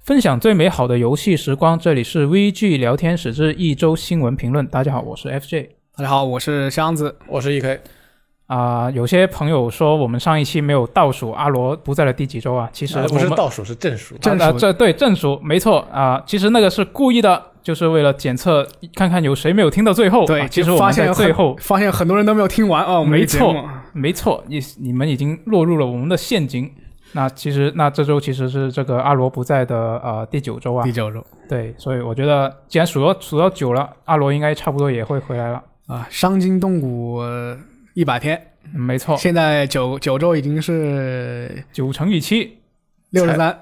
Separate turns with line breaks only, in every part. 分享最美好的游戏时光，这里是 VG 聊天室之一周新闻评论。大家好，我是 FJ
大家好，我是箱子。
我是 EK，
啊、有些朋友说我们上一期没有倒数阿罗不在的第几周啊？其实
呃
我
不
们
是倒数，是正数。
正
啊、
数
这对正数没错啊、其实那个是故意的，就是为了检测看看有谁没有听到最后。
对，
啊其实
就
我
发
们
现
在
有很
最后，
发现很多人都没有听完哦，我们
没
的节目
错没错，你你们已经落入了我们的陷阱。那其实那这周其实是这个阿罗不在的呃第九周啊
第，九周
对，所以我觉得既然数到数到九了，阿罗应该差不多也会回来了。
啊，伤筋动骨一百天，
嗯没错，
现在九九周已经是
九乘以七，
六十三，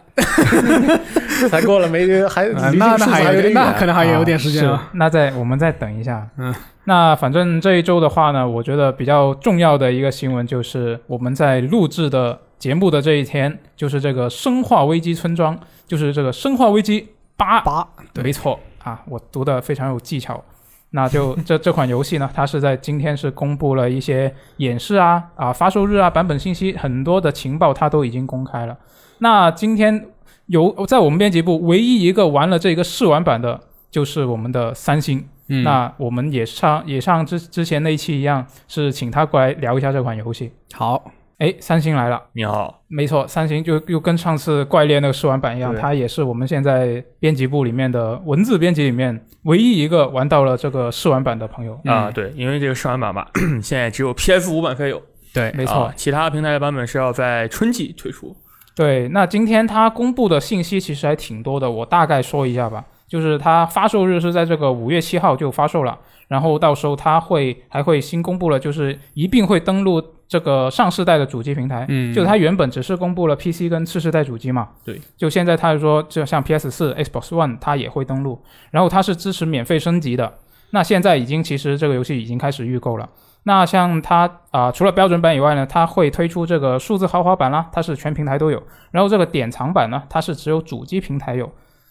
才过了没，还
啊
离这
那
个
那
数字
还
有
有
点
那可
远。
能还有点时间
啊
啊。
是那再我们再等一下。
嗯，
那反正这一周的话呢，我觉得比较重要的一个新闻就是我们在录制的节目的这一天，就是这个《生化危机村庄》，就是这个《生化危机八》
八对
没错啊，我读的非常有技巧。那就这这款游戏呢，它是在今天是公布了一些演示啊、啊发售日啊、版本信息，很多的情报它都已经公开了。那今天有在我们编辑部唯一一个玩了这个试玩版的，就是我们的三星。
嗯
那我们也上也上之之前那一期一样，是请他过来聊一下这款游戏。
好，
哎，三星来了。
你好，
没错，三星就又跟上次怪猎那个试玩版一样，
对
它也是我们现在编辑部里面的文字编辑里面唯一一个玩到了这个试玩版的朋友。
啊、对，因为这个试玩版吧， 现在只有 PS 五版才有，
对
没错，
啊其他平台的版本是要在春季推出。
对，那今天它公布的信息其实还挺多的，我大概说一下吧。就是它发售日是在这个五月七号就发售了，然后到时候它会还会新公布了，就是一并会登录这个上世代的主机平台。
嗯
就它原本只是公布了 PC 跟次世代主机嘛，
对，
就现在它就说，就像 PS 四、Xbox One 它也会登录，然后它是支持免费升级的。那现在已经其实这个游戏已经开始预购了。那像它啊、除了标准版以外呢，它会推出这个数字豪华版啦，它是全平台都有。然后这个典藏版呢，它是只有主机平台有。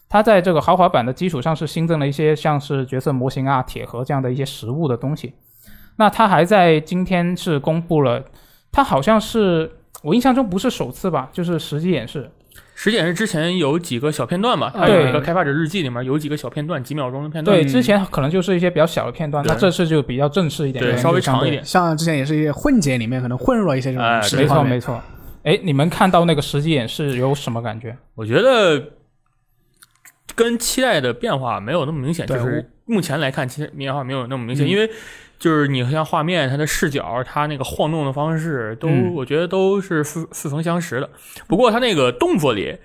它在这个豪华版的基础上是新增了一些像是角色模型啊、铁盒这样的一些实物的东西。那它还在今天是公布了，它好像是我印象中不是首次吧，就是实际演示。
实际上是之前有几个小片段吧，它
对
有一个开发者日记里面有几个小片段，几秒钟的片段，
对，
嗯
之前可能就是一些比较小的片段，
对
那这次就比较正式一点，
对，
就
稍微
相
长一。点。
像之前也是一些混剪里面可能混入了一些这
哎
种实
没
力
错
方
没
面，
错。哎，你们看到那个实际演示有什么感觉？
我觉得跟期待的变化没有那么明显，就
对
是目前来看，其实变化没有那么明显，
嗯
因为就是你像画面、它的视角、它那个晃动的方式，都、
嗯
我觉得都是似似曾相识的。不过它那个动作里。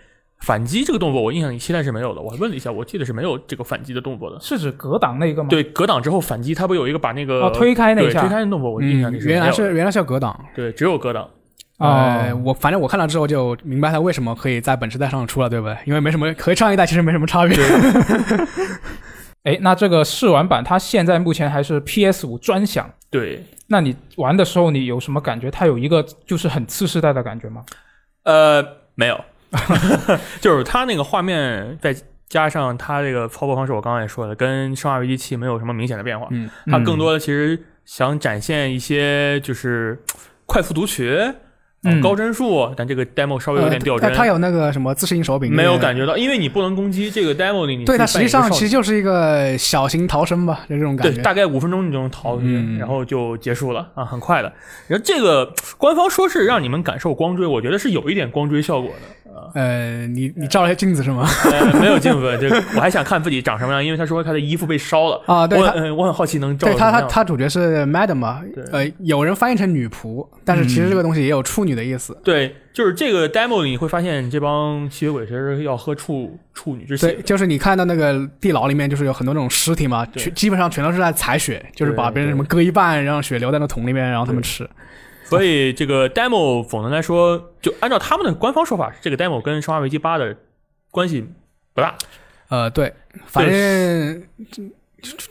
反击这个动作，我印象里期待是没有的。我还问了一下，我记得是没有这个反击的动作的。
是指格挡那个吗？，
对，隔挡之后反击，它不有一个把那个、
哦，推开那一
对
下
推，开的动作，我印象
嗯
里，是没有
原
的、
来是原来是要格挡，
对，只有隔挡。
呃，
哦，
我反正我看了之后就明白它为什么可以在本时代上出了，对不对？因为没什么和上一代其实没什么差别。
哎，那这个试玩版它现在目前还是 PS 五专享，
对，
那你玩的时候你有什么感觉？它有一个就是很次世代的感觉吗？
呃，没有， 就是它那个画面再加上它这个操作方式，我刚刚也说了，跟《生化危机七》没有什么明显的变化。
嗯，
它更多的其实想展现一些就是快速读取、呃
嗯
高帧数，但这个 demo 稍微有点掉帧
呃它，它有那个什么自适应手柄，
没有
觉。
感觉到，因为你不能攻击这个 demo 里你
对，
去
它实际
扮演一个
上
少
其实
女
就是一个小型逃生吧，就这种感
对，
觉。
大概五分钟你就能逃出去，
嗯、
然后就结束了啊，很快的。然后这个官方说是让你们感受光追，我觉得是有一点光追效果的啊
呃，你你照了一下镜子是吗？
呃没有进分，这个我还想看自己长什么样，因为他说他的衣服被烧了
啊对
我
他
嗯我很好奇能照
对，
得
它
什么
它
样
它主角是 Madam 嘛
对，
呃，有人翻译成女仆，但是其实这个东西也有处女的意思。
对，就是这个 demo 你会发现这帮吸血鬼其实要喝处处女之血
对，，就是你看到那个地牢里面，就是有很多那种尸体嘛，
对
全基本上全都是在采血，就是把
对
别人什么割一半，让血流在那桶里面，然后他们吃。
所以这个 demo 总的来说，就按照他们的官方说法，这个 demo 跟《生化危机八》的关系不大，
呃，对，反正这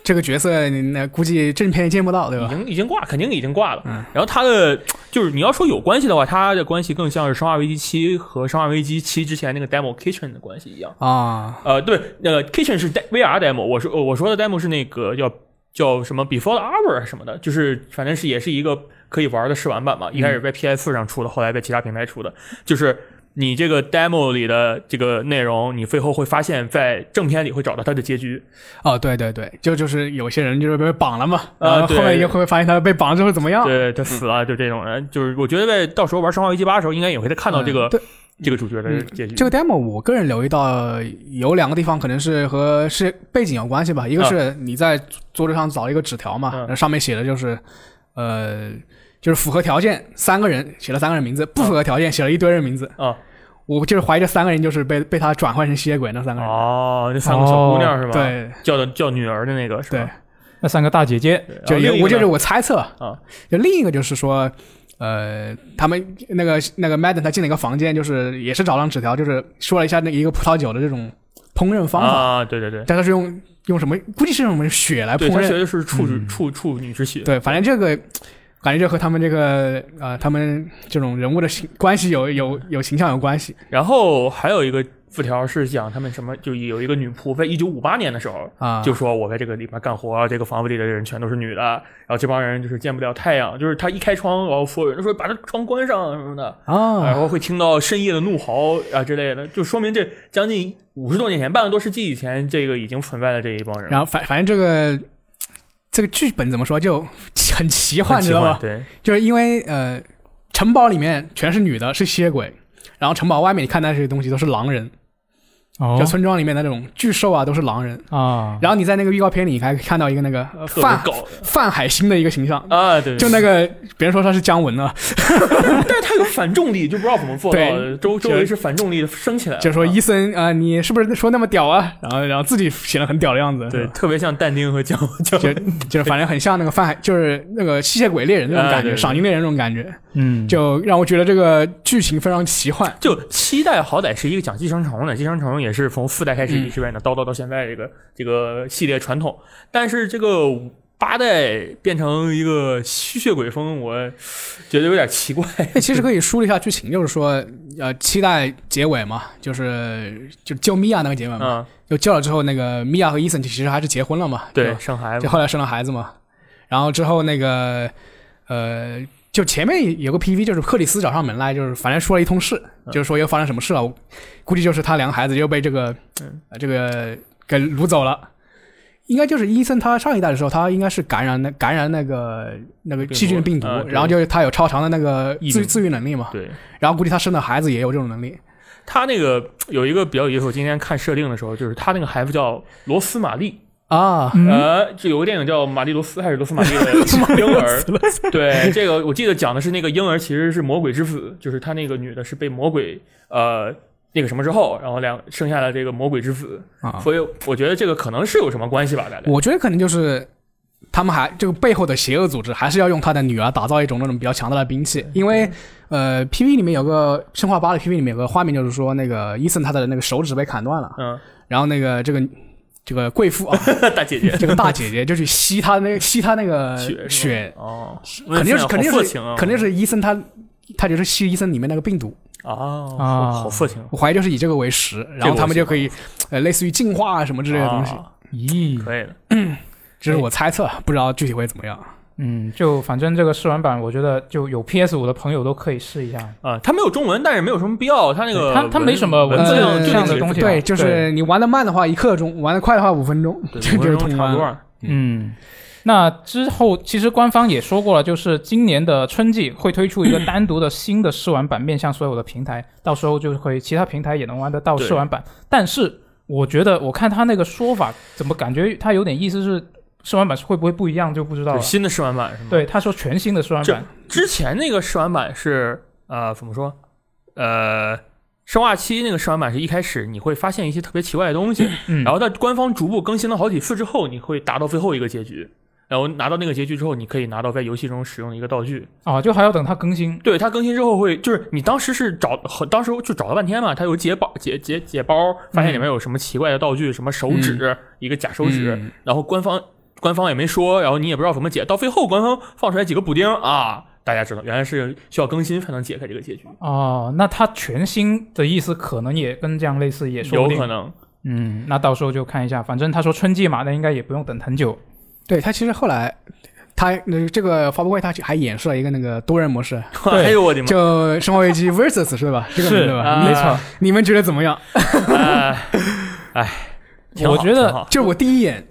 这个角色你那估计正片也见不到，对
已
吧？
经已经挂，肯定已经挂了。
嗯
然后它的就是你要说有关系的话，它的关系更像是《生化危机七》和《生化危机七》之前那个 demo Kitchen 的关系一样。
啊，
呃，对，那个 Kitchen 是 de- VR demo，我说、呃我说的 demo 是那个叫叫什么 Before the Hour 什么的，就是反正是
嗯
也是一个可以玩的试玩版嘛。一开始在 PS 上出的，后来在其他平台出的，就是。你这个 demo 里的这个内容，你最后会发现在正片里会找到它的结局。
哦，对对对，就就是有些人就是被绑了嘛，
啊
然后
对
后面也会发现他被绑了之后怎么样？
对，他
嗯
死了，就这种人，就是我觉得在到时候玩《生化危机八》的时候，应该也会看到这个、
嗯对嗯
这个主角的结局。
这个 demo 我个人留意到有两个地方可能是和是背景有关系吧，一个是你在桌子上找一个纸条嘛，
嗯
那上面写的就是，呃，就是符合条件三个人写了三个人名字，不符合条件写了一堆人名字，
啊
我就是怀疑这三个人就是被被他转换成吸血鬼那三个人，
哦，那三个小姑娘是吧？，
对
叫的叫女儿的那个是
对
吧？，啊
那三个大姐姐，
就
对，有
有我就是我猜测
啊，
就另一个就是说。呃，他们那个那个 Madden 他进了一个房间，就是也是找张纸条，就是说了一下那个一个葡萄酒的这种烹饪方法，
啊，对对对，
但他是用用什么？估计是用什么血来
对
啊烹
他学
饪。
的是处女
嗯
处处女之血。
对，反正这个感觉就和他们这个呃，他们这种人物的形关系有有有形象有关系
然后还有一个字条是讲他们什么，就有一个女仆在一九五八年的时候。
啊。
就说我在这个里面干活，啊这个房子里的人全都是女的，啊然后这帮人就是见不了太阳，就是他一开窗，然后所有人都说把这窗关上啊什么的，然
啊，
后会听到深夜的怒嚎啊之类的，就说明这将近五十多年前，半个多世纪以前，这个已经存在了这一帮人。
然后反反正这个这个剧本怎么说就很奇幻，
很
你
奇
知道
幻
吗？
对，
就是因为呃，城堡里面全是女的，是吸血鬼。然后城堡外面你看那些东西都是狼人，
哦
就村庄里面的那种巨兽啊都是狼人。
啊，
然后你在那个预告片里还看到一个那个呃
哦特别
范
搞
范海辛的一个形象，
啊，对，
就那个别人说他是姜文
嗯
啊，
但是他有反重力，就不知道怎么做到的，
对
周周围是反重力升起来了，
就说
啊
伊森啊、你是不是说那么屌啊？然后然后自己显得很屌的样子，
对，，特别像但丁和姜姜
就就是反正很像那个范海，就是那个吸血鬼猎人那种
啊
感
对
觉，
对
赏金猎人那种感觉，
嗯，
就让我觉得这个剧情非常奇幻。
就七代好歹是一个讲寄生虫的，寄生虫也是从四代开始一直在那叨叨到现在这个这个系列传统，但是这个八代变成一个吸血鬼风，我觉得有点奇怪。
那 其实可以梳理一下剧情，就是说，呃，期待结尾嘛，就是就救米娅那个结尾嘛，
嗯，
就救了之后，那个米娅和伊森其实还是结婚了嘛，
对，生孩
就
子，
后来生了孩子嘛，然后之后那个呃，就前面有个 PV，就是克里斯找上门来，就是反正说了一通事，
嗯
就是说又发生什么事了，我估计就是他两个孩子又被这个、
嗯
呃这个给掳走了。应该就是伊森他上一代的时候，他应该是感染那感染那个那个
病毒
细菌病毒，
啊对
然后就是他有超强的那个
疫
自
苗
自愈能力嘛，
对。
然后估计他生的孩子也有这种能力。
他那个有一个比较有意思，我今天看设定的时候，就是他那个孩子叫罗斯玛丽，
啊，
嗯
呃，就有个电影叫《玛丽罗斯》还是《罗斯玛丽》的婴儿，对，这个我记得讲的是那个婴儿其实是魔鬼之子，就是他那个女的是被魔鬼呃那个什么之后，然后两生下了这个魔鬼之子，
啊
所以我觉得这个可能是有什么关系吧， 大概。
我觉得可能就是他们还这个背后的邪恶组织还是要用他的女儿打造一种那种比较强大的兵器，
嗯
因为呃，PV 里面有个生化八的 PV 里面有个画面，就是说那个伊森他的那个手指被砍断了，
嗯，
然后那个这个这个贵 妇啊，
大姐姐
这个大姐姐就去吸他 那个吸他那个
血
血，
哦，
肯定是肯定
好色
是
情啊，
肯定是伊森他。他就是吸伊森里面那个病毒，
哦，
啊
好好色情
我怀疑就是以这个为食，然后他们就可以，呃，类似于进化啊什么之类的东西，
啊
咦，
可以的，
这是我猜测，不知道具体会怎么样。
嗯，就反正这个试玩版，我觉得就有 PS 五的朋友都可以试一下。
啊，它没有中文，但是没有什么必要，它那个
对它它没
文
什么
文
文
字
字
量
量
就
这
那
样
的
几
东西啊
对，就是
对
你玩的慢的话一刻钟，玩的快的话五分钟，
对
这
五
就是
分钟
通
差
关
不多
了。
了。
嗯，那之后其实官方也说过了，就是今年的春季会推出一个单独的新的试玩版，面向所有的平台，到时候就可以其他平台也能玩得到
对
试玩版。但是我觉得，我看他那个说法，怎么感觉他有点意思是试玩版会不会不一样就不知道
对
了。
新的试玩版是吗？
对，他说全新的试玩版，
之前那个试玩版是呃怎么说？呃，生化七那个试玩版是一开始你会发现一些特别奇怪的东西，
嗯，
然后在官方逐步更新了好几次之后，你会达到最后一个结局。然后拿到那个结局之后，你可以拿到在游戏中使用的一个道具。
哦，就还要等它更新。
对它更新之后会，就是你当时是找，很当时就找了半天嘛，它有解宝解解解包，发现里
嗯
面有什么奇怪的道具，什么手指，一个假手指，
嗯
然后官方官方也没说，然后你也不知道怎么解，到最后官方放出来几个补丁啊，大家知道原来是需要更新才能解开这个结局，
哦，那它全新的意思可能也跟这样类似，也说
嗯有
不定
可。能
嗯，那到时候就看一下，反正他说春季嘛，那应该也不用等很久。
对他其实后来它那这个发布会它还演示了一个那个多人模式，
对
哎呦我的妈！
就《生化危机 Versus》是 吧？这个名
是
字吧？
啊
没错。
你们觉得怎么样？
哎， 哎挺好
我觉得
挺好
就是我第一眼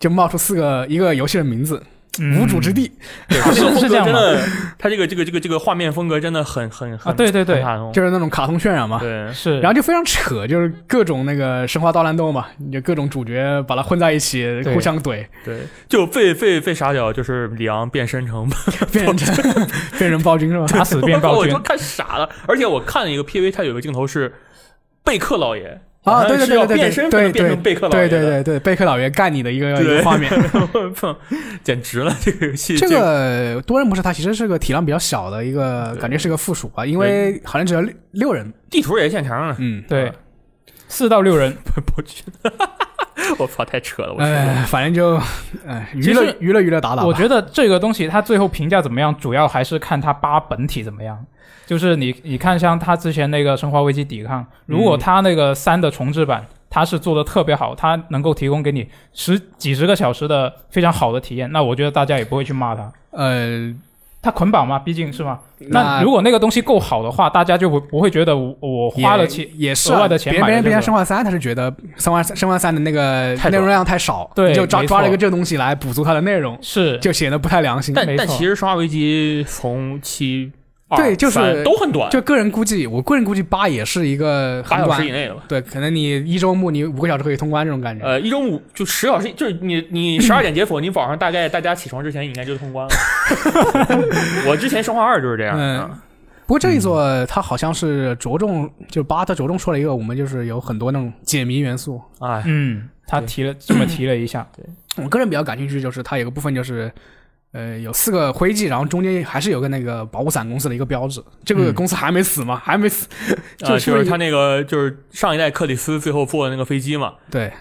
就冒出四个一个游戏的名字
嗯
《无主之地》，
对它这个
是
风
是这
格
样
真
吗
的，它这个这个这个这个画面风格真的很很
啊，
很
对对对
很，卡通
就是那种卡通渲染嘛。
嗯对
是。
然后就非常扯，就是各种那个生化大乱斗嘛，你就各种主角把它混在一起，
对
互相怼，
对，就费费费傻屌，就是里昂变身成
变成 变成暴君是吧？
打死变暴
我
君
就，看傻了。而且我看了一个 PV，它有个镜头是贝克老爷
啊，
好像
对对
是要
对对
变
对对
身才
对
能变成贝克老
对
爷
对
的，
对对，贝克老爷干你的一个一
对
个画面。
对，简直了！这个游戏
这个多人模式它其实是个体量比较小的一个，感觉是个附属吧，因为好像只有六六人。
地图也现成了，
嗯，
对，四到六人。
我去，我操，太扯了！我
哎，反正就，哎，娱乐
其实
娱乐娱乐打打吧。
我觉得这个东西它最后评价怎么样，主要还是看它八本体怎么样。就是你你看，像它之前那个《生化危机：抵抗》，如
嗯
果它那个三的重置版，它是做的特别好，它能够提供给你十几十个小时的非常好的体验，那我觉得大家也不会去骂它。
呃，
它捆绑嘛，毕竟是嘛。
那
那如果那个东西够好的话，大家就不不会觉得我我花了钱。
也也是
额
啊
外的钱
别
买
别
了
人
这
别
个
人生化三，他是觉得生化生化三的那个
太少
内容量太少，
对
就抓
没
抓了一
错
个这东西来补足它的内容，
是，
就显得不太良心。
但
没
但
错
其实《生化危机》从七二
对就是
三都很短，
就个人估计，我个人估计八也是一个
八
很
小时以
短，
内的吧。
对，可能你一周目你五个小时可以通关这种感觉。
呃，一周五就十小时，就是你你十二点解锁，你早上大概大家起床之前应该就通关了。 我之前《生化二》就是这样啊的，
嗯不过这一座它好像是着重，就八它着重说了一个，我们就是有很多那种解谜元素。
哎，
嗯，他提了这么提了一下，
我个人比较感兴趣就是它有个部分就是，呃，有四个徽记，然后中间还是有个那个保护伞公司的一个标志。这个
嗯
公司还没死吗？还没死，
啊，
就
就是
是
他那个就是上一代克里斯最后坐的那个飞机嘛，
对，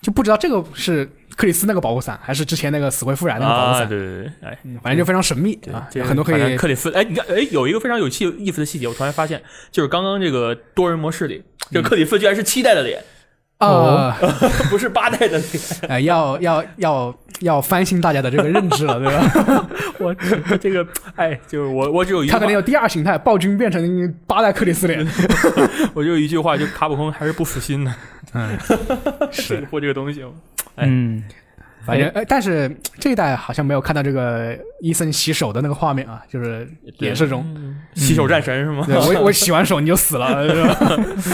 就不知道这个是克里斯那个保护伞，还是之前那个死灰复燃那个保护
啊，
伞。
对对对，哎。
嗯反正就非常神秘
对
啊
这，
很多可
反正
以
克里斯，哎，你看，哎，有一个非常有趣意思的细节，我突然发现，就是刚刚这个多人模式里，
嗯
这克里斯居然是七代的脸，
呃，
不是八代的脸，
呃，要要要要翻新大家的这个认知了，对 吧？
我这个，哎，就是我我只有一句
他可
话
能，有第二形态，暴君变成八代克里斯脸。
我只有一句话，就卡普空还是不死心的，
嗯，
这个
是，
做这个东西，哎
嗯，
反正呃，但是这一代好像没有看到这个伊森洗手的那个画面啊，就是
对
演示中，
洗手战神是吗？
嗯对我我洗完手你就死了，是吧？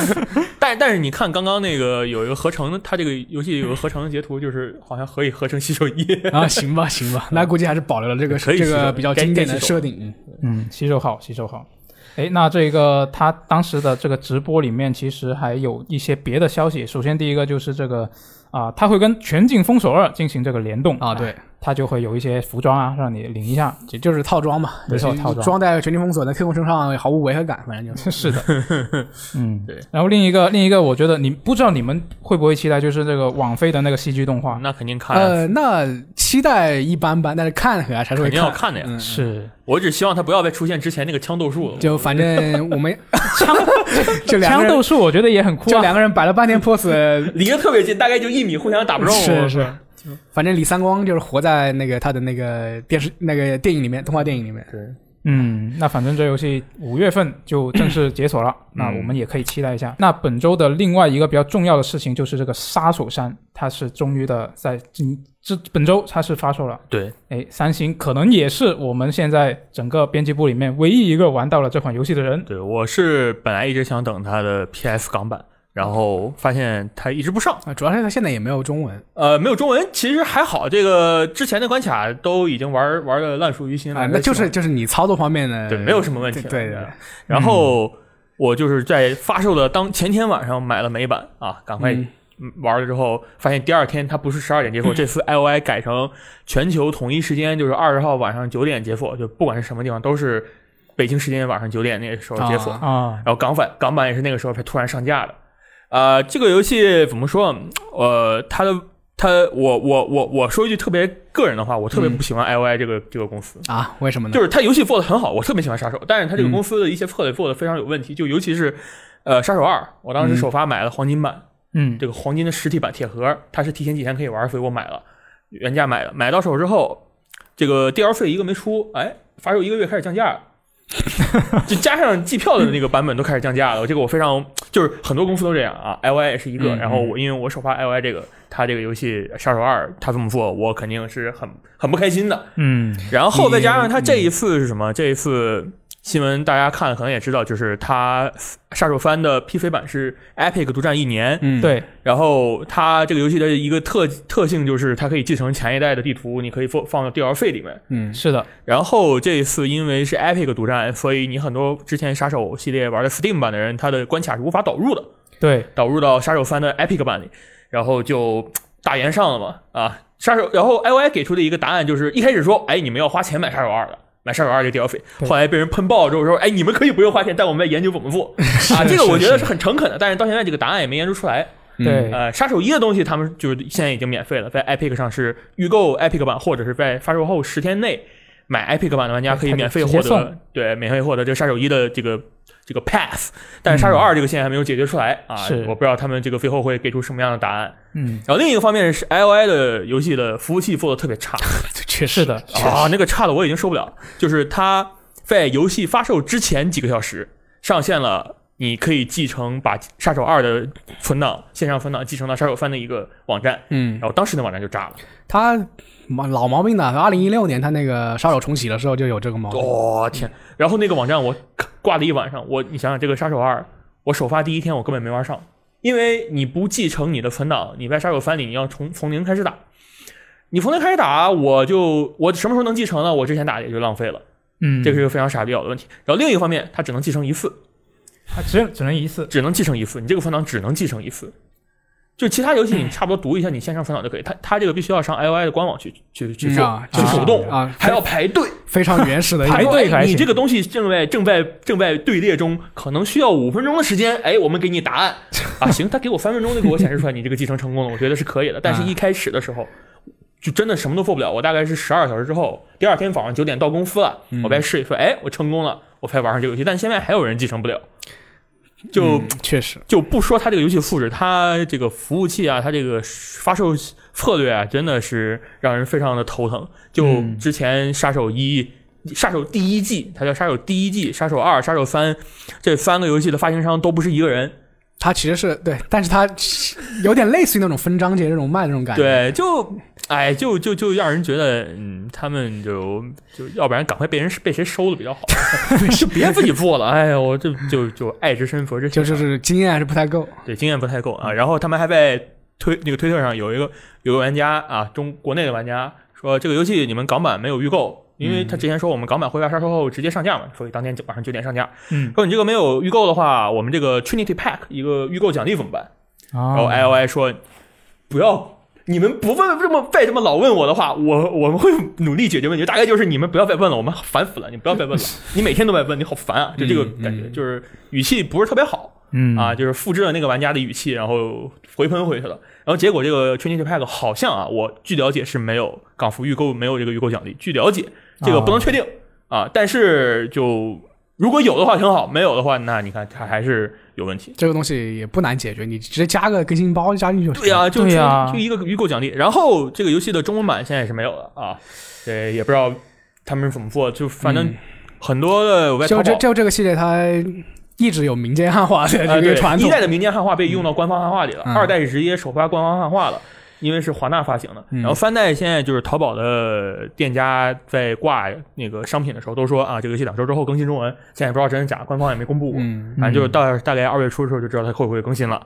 但但是你看刚刚那个有一个合成的，它这个游戏有个合成的截图，就是好像可以合成洗手液，
啊，行吧行吧，那估计还是保留了这个
可以
这
洗手
个比较
该
经典
该
的
洗手
设定。嗯
嗯，吸收好，吸收好。哎，那这个他当时的这个直播里面，其实还有一些别的消息。首先第一个就是这个啊、他会跟《全境封锁二》进行这个联动
啊，，对，
他就会有一些服装啊，让你领一 下。
这就是套装嘛，
没错
就是
套装
装在全境封锁的 Q 控身上毫无违和感，反正 就
是
是。
的，嗯，
对。
然后另一个，另一个，我觉得你不知道你们会不会期待，就是这个网飞的那个戏剧动画。
那肯定看啊，
呃，那期待一般般，但是看还是还是会
肯定要
看。
看的呀。
嗯，
是
我只希望它不要再出现之前那个枪斗术了。
就反正我们
枪
就两个
枪
人
斗术，我觉得也很酷
就
啊。
两个人摆了半天 pose，
离得特别近，大概就一米，互相打不中。
是是，反正李三光就是活在那个他的那个电视那个电影里面，动画电影里面。
嗯，那反正这游戏五月份就正式解锁
嗯
了，那我们也可以期待一下。那本周的另外一个比较重要的事情就是这个杀手山，它是终于的在今这本周它是发售了。
对，
哎，三星可能也是我们现在整个编辑部里面唯一一个玩到了这款游戏的人。
对，我是本来一直想等它的 PS 港版，然后发现它一直不上。
啊，主要是他现在也没有中文
呃，没有中文其实还好，这个之前的关卡都已经玩玩的烂熟于心了，
啊，那就是
而且
就是你操作方面的
对，没有什么问题。
对对对，
然
嗯
后我就是在发售的当前天晚上买了美版啊，赶快
嗯
嗯玩了之后，发现第二天它不是十二点解锁，这次 I O I 改成全球统一时间，就是二十号晚上九点解锁，就不管是什么地方都是北京时间晚上九点那个时候解锁。
啊
啊，
然后港版港版也是那个时候才突然上架的。呃，这个游戏怎么说？呃，它的它，我我我我说一句特别个人的话，我特别
嗯
不喜欢 I O I 这个、这个公司。
啊，为什
嗯
么呢？
就是它游戏做的很好，我特别喜欢杀手，但是它这个公司的一些策略做的非常有问题，就尤其是呃杀手二，我当时首发买了黄金版，
嗯，
这个黄金的实体版铁盒，它是提前几天可以玩，所以我买了，原价买了，买到手之后，这个 DLC 一个没出，哎，发售一个月开始降价了。就加上机票的那个版本都开始降价了，我这个我非常就是很多公司都这样啊，LY 也是一个。
嗯
然后我因为我首发 LY 这个，它这个游戏《杀手二》，它这么做，我肯定是很很不开心的。
嗯
然后再加上他这一次是什么？这一次新闻大家看可能也知道，就是他《杀手番》的 PC 版是 Epic 独占一年，
嗯，
对，
然后它这个游戏的一个特特性就是它可以继承前一代的地图，你可以放放到 DLC 里面。
嗯，
是的，
然后这一次因为是 Epic 独占，所以你很多之前杀手系列玩的 Steam 版的人，他的关卡是无法导入的。
对，
导入到《杀手番》的 Epic 版里，然后就大言上了嘛啊，杀手，然后 L I 给出的一个答案就是一开始说，哎，你们要花钱买《杀手二》的。买杀手二这个 DLC，
对
后来被人喷爆之后说：“哎，你们可以不用花钱，但我们在研究怎么做啊。”这个我觉得是很诚恳的，但是到现在这个答案也没研究出来。
嗯
对，
呃，杀手一的东西他们就是现在已经免费了，在 Epic 上是预购 Epic 版，或者是在发售后十天内买 Epic 版的玩家
对
可以
它就
免费
直
获
接
得
送，
对，免费获得这个杀手一的这个这个 Pass，但是杀手二这个现在还没有解决出来啊
嗯是，
我不知道他们这个最后会给出什么样的答案。
嗯，
然后另一个方面是 I O I 的游戏的服务器做的特别差
确实
是的，
啊，那个差的我已经受不了，就是它在游戏发售之前几个小时上线了。你可以继承把《杀手二》的存档线上存档继承到《杀手三》的一个网站，
嗯
然，后当时那网站就炸了。
他老毛病的，二零一六年他那个杀手重启的时候就有这个毛病。
我、天！然后那个网站我挂了一晚上，我你想想这个《杀手二》，我首发第一天我根本没玩上，因为你不继承你的存档，你在《杀手三》里你要从从零开始打，你从零开始打，我就我什么时候能继承呢？我之前打的也就浪费了，
嗯，
这个是一个非常傻逼的问题。然后另一个方面，它只能继承一次，
它啊只只能一次，
只能继承一次，你这个存档只能继承一次。就其他游戏，你差不多读一下你线上存档就可以，它它这个必须要上 I O I 的官网去去去
嗯
做，
啊
去手动，
啊啊
还要排队，
非常原始的一
他
排
个，
说
队
哎
还
你
行
这个东西正在正在正在队列中，可能需要五分钟的时间。哎，我们给你答 案啊，行，他给我三分钟就给我显示出来你这个继承成功了，我觉得是可以的。
嗯
但是一开始的时候。就真的什么都做不了，我大概是十二小时之后，第二天早上九点到公司了，
嗯
我再试一试，哎，我成功了，我才玩上这个游戏。但现在还有人继承不了，就、
嗯确实，
就不说它这个游戏素质，它这个服务器啊，它这个发售策略啊，真的是让人非常的头疼。就
嗯
之前《杀手一》杀手第一季》，它叫《杀手第一季》《杀手二》《杀手三》，这三个游戏的发行商都不是一个人。
他其实是对，但是他有点类似于那种分章节这种卖的那种感觉。
对，就哎，就就就让人觉得，嗯，他们就就要不然赶快被人被谁收了比较好，就别自己做了。哎呀，我这就就爱之深，责之切
就就是经验还是不太够。
对，经验不太够
嗯
啊。然后他们还在推那个推特上有一个有个玩家啊，中国内的玩家说这个游戏你们港版没有预购，因为
嗯
他之前说我们港版会发售后直接上架嘛，所以当天晚上九点上架。
嗯，
说你这个没有预购的话，我们这个 Trinity Pack 一个预购奖励怎么办？然后
哦，
I O I 说不要。你们不问这么再这么老问我的话，我我们会努力解决问题。大概就是你们不要再问了，我们烦死了。你不要再问 了，你每天都在问，你好烦啊！就这个感觉，就是语气不是特别好。
嗯
啊，，就是复制了那个玩家的语气，然后回喷回去了。然后结果这个 Trinity Pack 好像啊，我据了解是没有港服预购，没有这个预购奖励。据了解，这个
哦
不能确定、啊，但是就如果有的话挺好，没有的话，那你看它还是有问题。
这个东西也不难解决，你直接加个更新包加进去就行。
对呀、、啊就
对呀
就一个预购奖励。然后这个游戏的中文版现在也是没有了啊，对，也不知道他们是怎么做，就
嗯
反正很多的我在
嗯
淘
就
宝
这就这个系列，它一直有民间汉化的
啊，
这
对
个传
一
统。
代的民间汉化被用到官方汉化里了，
嗯
二代是直接首发官方汉化了，因为是华纳发行的。
嗯
然后三代现在就是淘宝的店家在挂那个商品的时候都说啊，这个游戏两周之后更新中文，现在也不知道真是假，官方也没公布过。
嗯，
反正就是到大概二月初的时候就知道它会不会更新了。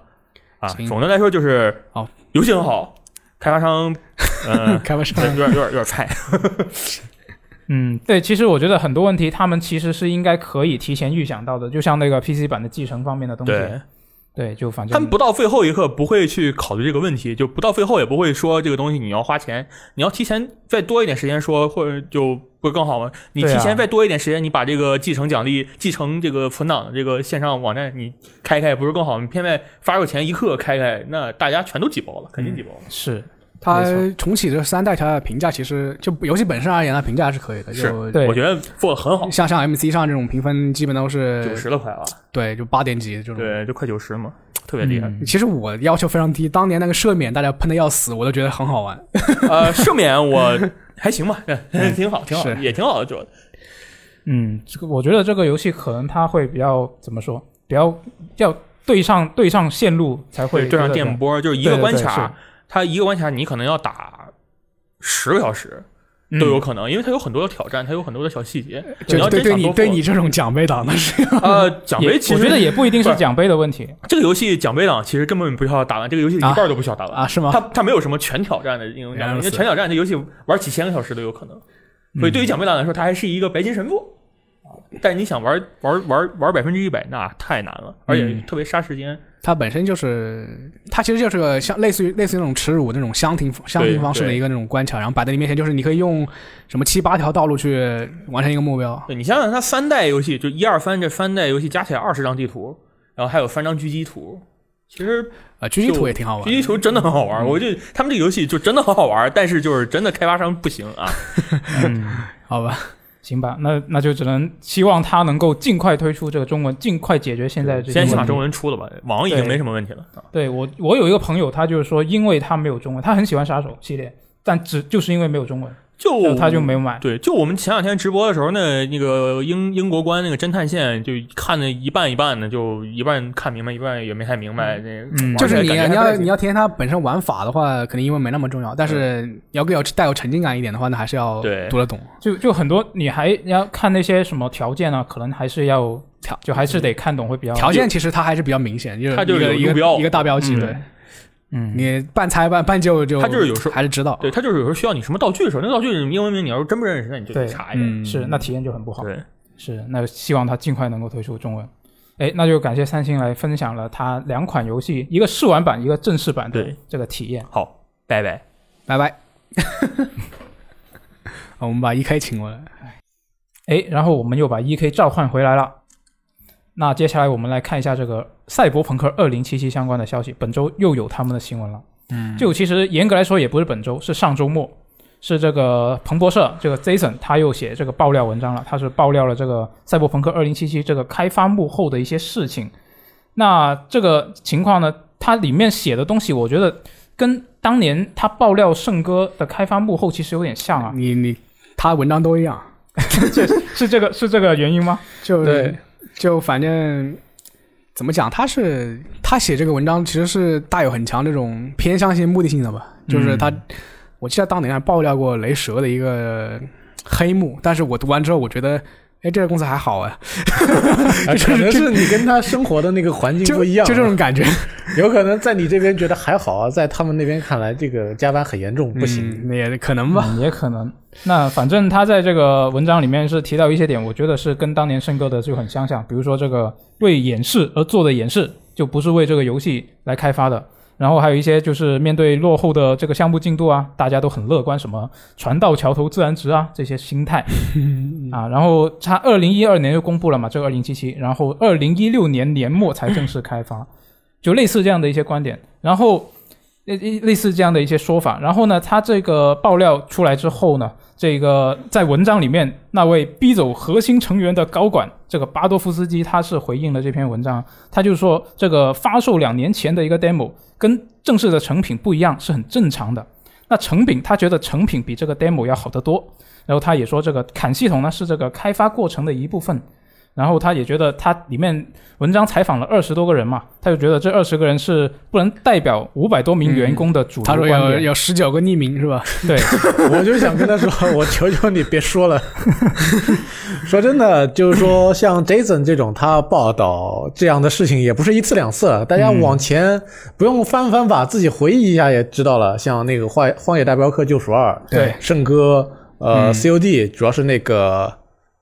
啊，
行
总的来说就是
好，，
游戏很好，开发商，呃
开玩笑
有。点有点有点有点菜。
嗯，对，其实我觉得很多问题他们其实是应该可以提前预想到的，就像那个 PC 版的继承方面的东西，
对，
对，就反正
他们不到最后一刻不会去考虑这个问题，就不到最后也不会说这个东西你要花钱，你要提前再多一点时间说，或者就不更好吗？你
对啊
提前再多一点时间，你把这个继承奖励、继承这个存档的这个线上网站你开开，不是更好吗？你偏在发售前一刻开开，那大家全都挤爆了，肯定挤爆了。
是
它
没
重启这三代，它的评价其实就游戏本身而言，它评价还是可以的。
是
就
对
我觉得做的很好，
像像 MC 上这种评分，基本都
嗯
九
是
十了快啊，
对，就八点几这种。
对，就快九十嘛，特别厉害。
嗯
其实我要求非常低，当年那个赦免大家喷的要死，我都觉得很好玩。
呃，赦免我还行吧，嗯，
嗯
挺好，挺好，
是
也挺好的做的。
嗯，这个我觉得这个游戏可能它会比较怎么说，比较要对上对上线路才会
对，对上
觉得
电波就是一
对
个
对
关
对
卡
是，
它一个关卡你可能要打十个小时
嗯
都有可能，因为它有很多的挑战，它有很多的小细节。
就
你要
对
真
对
想
你
多
对
做
你这种奖杯党的是，
呃，奖
也
杯其
我觉得
实
也不一定
不
是
是
奖杯的问题，
这个游戏奖杯党其实根本不需要打完，这个游戏一
啊
半都不需要打完。
啊是吗？
它它没有什么全挑战的应用
原
难
来
度，
如
因
此嗯
为全挑战这游戏玩几千个小时都有可能。所以对于奖杯党来说，它还是一个白金神父。但你想玩玩玩玩百分之一百，那太难了，而且
嗯
特别杀时间。
它本身就是，它其实就是个像类似于类似于那种耻辱那种相庭相庭方式的
对
一个那种关卡，然后摆在你面前，就是你可以用什么七八条道路去完成一个目标。
对你想想，它三代游戏就一二三这三代游戏加起来二十张地图，然后还有三张狙击图。其实
呃，狙击图也挺好玩
狙。击球真的很好
嗯
玩，我就他们这个游戏就真的很好玩，但是就是真的开发商不行啊。
嗯，
好吧，
行吧，那那就只能希望它能够尽快推出这个中文，尽快解决现在这些
先
问
把
题。
中文出了吧，网已经没什么问题了。啊
对我，我有一个朋友，他就是说，因为他没有中文，他很喜欢杀手系列，但只就是因为没有中文，
就
他就没有买。
对，就我们前两天直播的时候呢，那个英英国关那个侦探线就看的一半一半的，就一半看明白，一半也没太明白。那
嗯
玩
就
起
是
来
你
感觉
你
还不
要
太行
你要体验它本身玩法的话，可能英文没那么重要，但是要更有带有沉浸感一点的话，那还是要
对
读得懂。
就就很多，你还要看那些什么条件啊，可能还是要
条
就还是得看懂会比较
条件其实它还是比较明显，就是
它就是
一个一
有路
个
标
一个大标记，
嗯
对
嗯，
你半猜半半就就
它就是有时候
还是知道。
对他就是有时候需要你什么道具的时候，那个道具你英文名你要是真不认识，那你就得
对
查一下。
嗯，
是那体验就很不好。
对，
是，那希望它尽快能够推出中文。哎，那就感谢三星来分享了它两款游戏，一个试玩版，一个正式版的
对
这个体验。
好，拜拜。
拜拜。 好我们把 E.K 请过来。
哎，然后我们又把 E.K 召唤回来了。那接下来我们来看一下这个《赛博朋克2077》相关的消息，本周又有他们的新闻了。嗯，就其实严格来说也不是本周，是上周末，是这个彭博社这个 Jason 他又写这个爆料文章了，他是爆料了这个《赛博朋克2077》这个开发幕后的一些事情。那这个情况呢，它里面写的东西，我觉得跟当年他爆料圣歌的开发幕后其实有点像啊，
你你他文章都一样，
是这个是这个原因吗？
就
对
就反正怎么讲，他是他写这个文章其实是带有很强这种偏向性、目的性的吧，就是他，我记得当年还爆料过雷蛇的一个黑幕，但是我读完之后，我觉得。哎，这个公司还好哎，
啊可能是你跟他生活的那个环境
就
不一样，啊
就这种感觉，
有可能在你这边觉得还好啊，在他们那边看来，这个加班很严重，不行。
嗯，也可能吧。
嗯，也可能。那反正他在这个文章里面是提到一些点，我觉得是跟当年圣哥的就很相像，比如说这个为演示而做的演示，就不是为这个游戏来开发的。然后还有一些就是面对落后的这个项目进度啊，大家都很乐观，什么船到桥头自然直啊这些心态啊。然后他二零一二年就公布了嘛，这个二零七七，然后二零一六年年末才正式开发，就类似这样的一些观点。然后类类类似这样的一些说法。然后呢，他这个爆料出来之后呢，这个在文章里面那位逼走核心成员的高管这个巴多夫斯基，他是回应了这篇文章，他就说这个发售两年前的一个 demo 跟正式的成品不一样，是很正常的。那成品他觉得成品比这个 demo 要好得多，然后他也说这个砍系统呢是这个开发过程的一部分。然后他也觉得他里面文章采访了二十多个人嘛，他就觉得这二十个人是不能代表五百多名员工嗯的主流
嗯他
观
说
点。
有有十九个匿名是吧？
对，
我就想跟他说， 我求求你别说了。 说真的，就是说像 Jason 这种，他报道这样的事情也不是一次两次了。大家
嗯
往前不用翻翻吧，自己回忆一下也知道了。像那个《荒荒野大镖客：救赎二》，
对
圣歌，
嗯
呃、c o d 主要是那个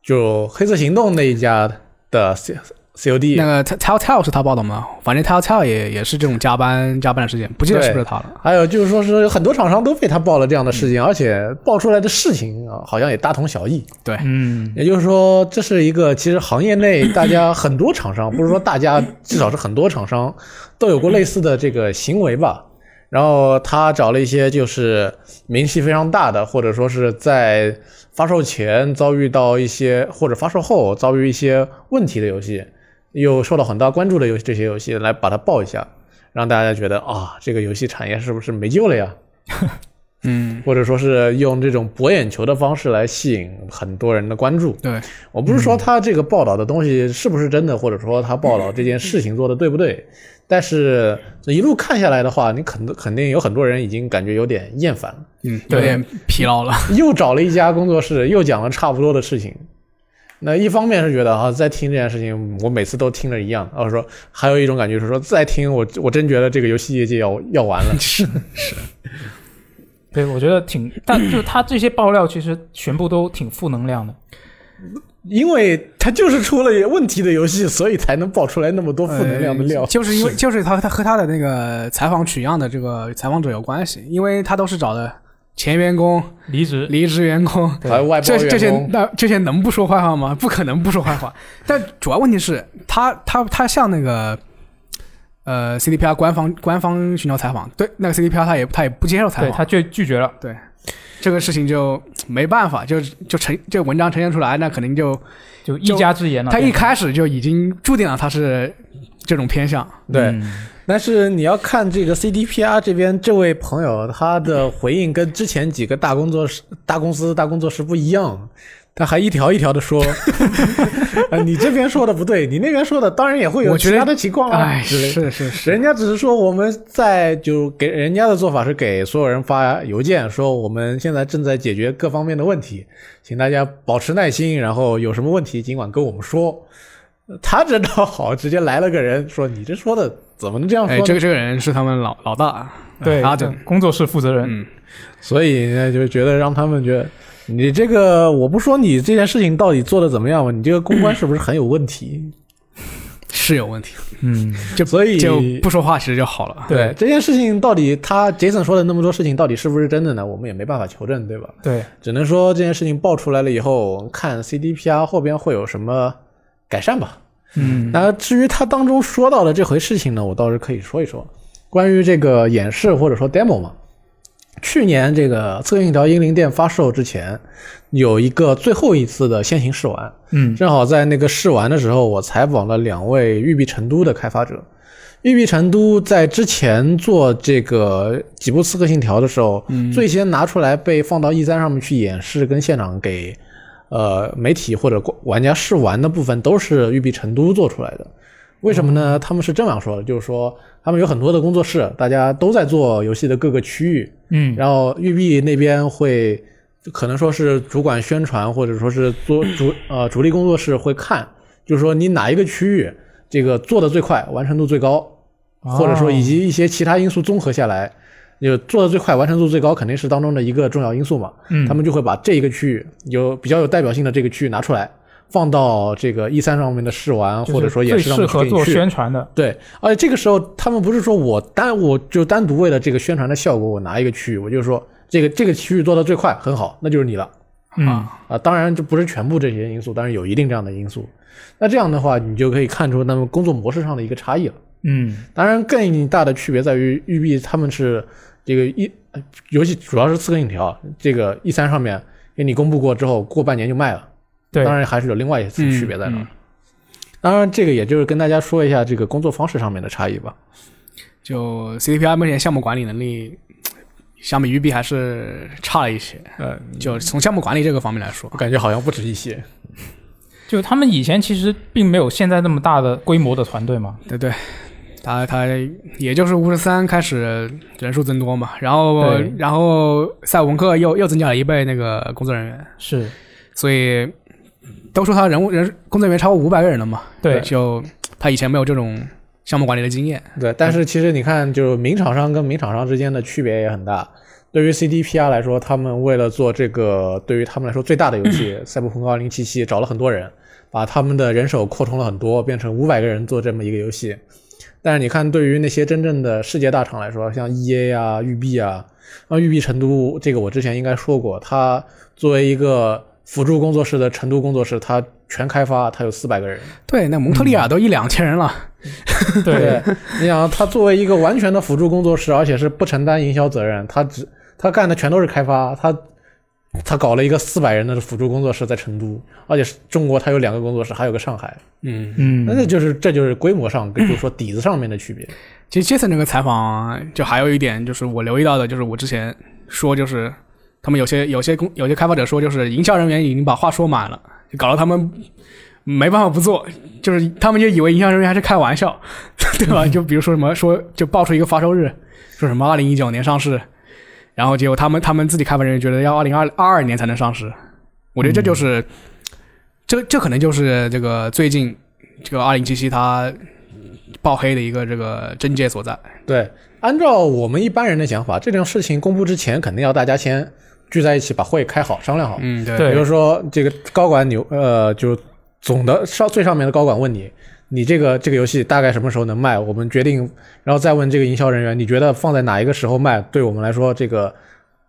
就黑色行动那一家的 C COD，
那个 Telltale 是他报道吗？反正 Telltale 也也是这种加班加班的事件，不记得是不是他了。
还有就是说是很多厂商都被他爆了这样的事情，而且爆出来的事情啊，好像也大同小异。
对，
嗯，
也就是说，这是一个其实行业内大家很多厂商，不是说大家，至少是很多厂商都有过类似的这个行为吧。然后他找了一些就是名气非常大的，或者说是在发售前遭遇到一些，或者发售后遭遇一些问题的游戏，又受到很大关注的游戏，这些游戏来把它爆一下，让大家觉得啊，这个游戏产业是不是没救了呀？
嗯，
或者说是用这种博眼球的方式来吸引很多人的关注。
对，
我不是说他这个报道的东西是不是真的，或者说他报道这件事情做的对不对，但是这一路看下来的话，你肯肯定有很多人已经感觉有点厌烦了，
嗯，有点疲劳了。
又找了一家工作室，又讲了差不多的事情。那一方面是觉得啊，在听这件事情，我每次都听着一样，或哦者说还有一种感觉是说，再听我我真觉得这个游戏业界要要完了。
对，我觉得挺，但就是他这些爆料其实全部都挺负能量的。
因为它就是出了问题的游戏，所以才能爆出来那么多负能量的料。
呃就是因为就是他他和他的那个采访取样的这个采访者有关系，因为他都是找的前员工、
离职，
离职员工，
对
还有外包
这
员工
这些那这些能不说坏话吗？不可能不说坏 话。但主要问题是，他他他向那个呃 CDPR 官方官方寻求采访，对那个 CDPR 他也他也不接受采
对，
访，
他就拒绝了。
这个事情就没办法，就就呈这文章呈现出来，那肯定就
就一家之言了。
他一
变成
开始就已经注定了他是这种偏向。
对，
嗯
但是你要看这个 CDPR 啊这边这位朋友他的回应跟之前几个大工作室、大公司、大工作室不一样，他还一条一条的说， 呃你这边说的不对，你那边说的当然也会有
我觉
其
得
他的情况啊
哎，
之类的。
是是是，
人家只是说我们在就给人家的做法是给所有人发邮件，说我们现在正在解决各方面的问题，请大家保持耐心，然后有什么问题尽管跟我们说。他这倒好，直接来了个人说你这说的怎么能这样说
哎，
呢？
这个这个人是他们老老大，啊
对
阿整，
工作室负责人，
嗯，
所以呢，就觉得让他们觉得你这个，我不说你这件事情到底做的怎么样吧，你这个公关是不是很有问题？
是有问题，
嗯，
就
所以
就不说话其实就好了。
对这件事情到底他杰森说的那么多事情到底是不是真的呢？我们也没办法求证，对吧？
对，
只能说这件事情爆出来了以后，看 CDPR 啊后边会有什么改善吧。
嗯，
那至于他当中说到的这回事情呢，我倒是可以说一说关于这个演示或者说 demo 嘛。去年这个《测验一条英灵殿》发售之前，有一个最后一次的先行试玩，
嗯，
正好在那个试玩的时候，我采访了两位育碧成都的开发者。育碧成都在之前做这个几部《刺客信条》的时候，最先拿出来被放到 E 3上面去演示跟现场给呃媒体或者玩家试玩的部分，都是育碧成都做出来的。为什么呢？他们是这样说的，就是说他们有很多的工作室，大家都在做游戏的各个区域，
嗯，
然后育碧那边会可能说是主管宣传，或者说是 做主呃主力工作室会看，就是说你哪一个区域这个做的最快，完成度最高，或者说以及一些其他因素综合下来，就做的最快、完成度最高肯定是当中的一个重要因素嘛。
嗯
他们就会把这一个区域有比较有代表性的这个区域拿出来，放到这个 E 3上面的试玩
就是
或者说演
最
示上
适
面去
合
给你
做
去
宣传的，
对，而且这个时候他们不是说我单我就单独为了这个宣传的效果，我拿一个区域，我就说这个这个区域做的最快，很好，那就是你了
嗯
啊，
啊。当然这不是全部这些因素，但是有一定这样的因素。那这样的话，你就可以看出他们工作模式上的一个差异了。
嗯，
当然，更大的区别在于育碧他们是这个一，呃尤其主要是《刺客信条》这个 E 三上面给你公布过之后，过半年就卖了。
对，
当然还是有另外一次
嗯
区别在那儿。
嗯
当然，这个也就是跟大家说一下这个工作方式上面的差异吧。
就 CDPR 目前项目管理能力，相比育碧还是差了一些。
呃，
就从项目管理这个方面来说
我，感觉好像不止一些。
就他们以前其实并没有现在那么大的规模的团队嘛，
对对，他他也就是巫师三开始人数增多嘛，然后
对
然后赛文克又又增加了一倍那个工作人员，
是
所以都说他人物人工作人员超过五百个人了嘛，
对，
就他以前没有这种项目管理的经验，
对，但是其实你看，就是名厂商跟名厂商之间的区别也很大。对于 CDPR 来说，他们为了做这个对于他们来说最大的游 戏《赛博朋克2077》，找了很多人，把他们的人手扩充了很多，变成五百个人做这么一个游戏。但是你看，对于那些真正的世界大厂来说，像 EA 啊、育碧啊，那育碧成都这个我之前应该说过，它作为一个辅助工作室的成都工作室，它全开发，它有四百个人。
对，那蒙特利尔都一两千人了，
对，，
你想他作为一个完全的辅助工作室，而且是不承担营销责任，他只他干的全都是开发，他他搞了一个四百人的辅助工作室在成都，而且是中国他有两个工作室，还有个上海，
嗯，
嗯
那这就是这就是规模上跟就是说底子上面的区别。
其实 Jason 这个采访，就还有一点，就是我留意到的，就是我之前说，就是他们有些有些公有些开发者说，就是营销人员已经把话说满了，就搞得他们没办法不做，就是他们就以为营销人员还是开玩笑， 对吧？就比如说什么说就爆出一个发售日，说什么二零一九年上市，然后结果他们他们自己开发人员觉得要二零二二二年才能上市，我觉得这就是、这这可能就是这个最近这个二零七七它爆黑的一个这个症结所在。
对，按照我们一般人的想法，这种事情公布之前，肯定要大家先聚在一起把会开好，商量好。
嗯，对
对
比如说这个高管牛，呃，就是总的上最上面的高管问你，你这个这个游戏大概什么时候能卖？我们决定，然后再问这个营销人员，你觉得放在哪一个时候卖，对我们来说这个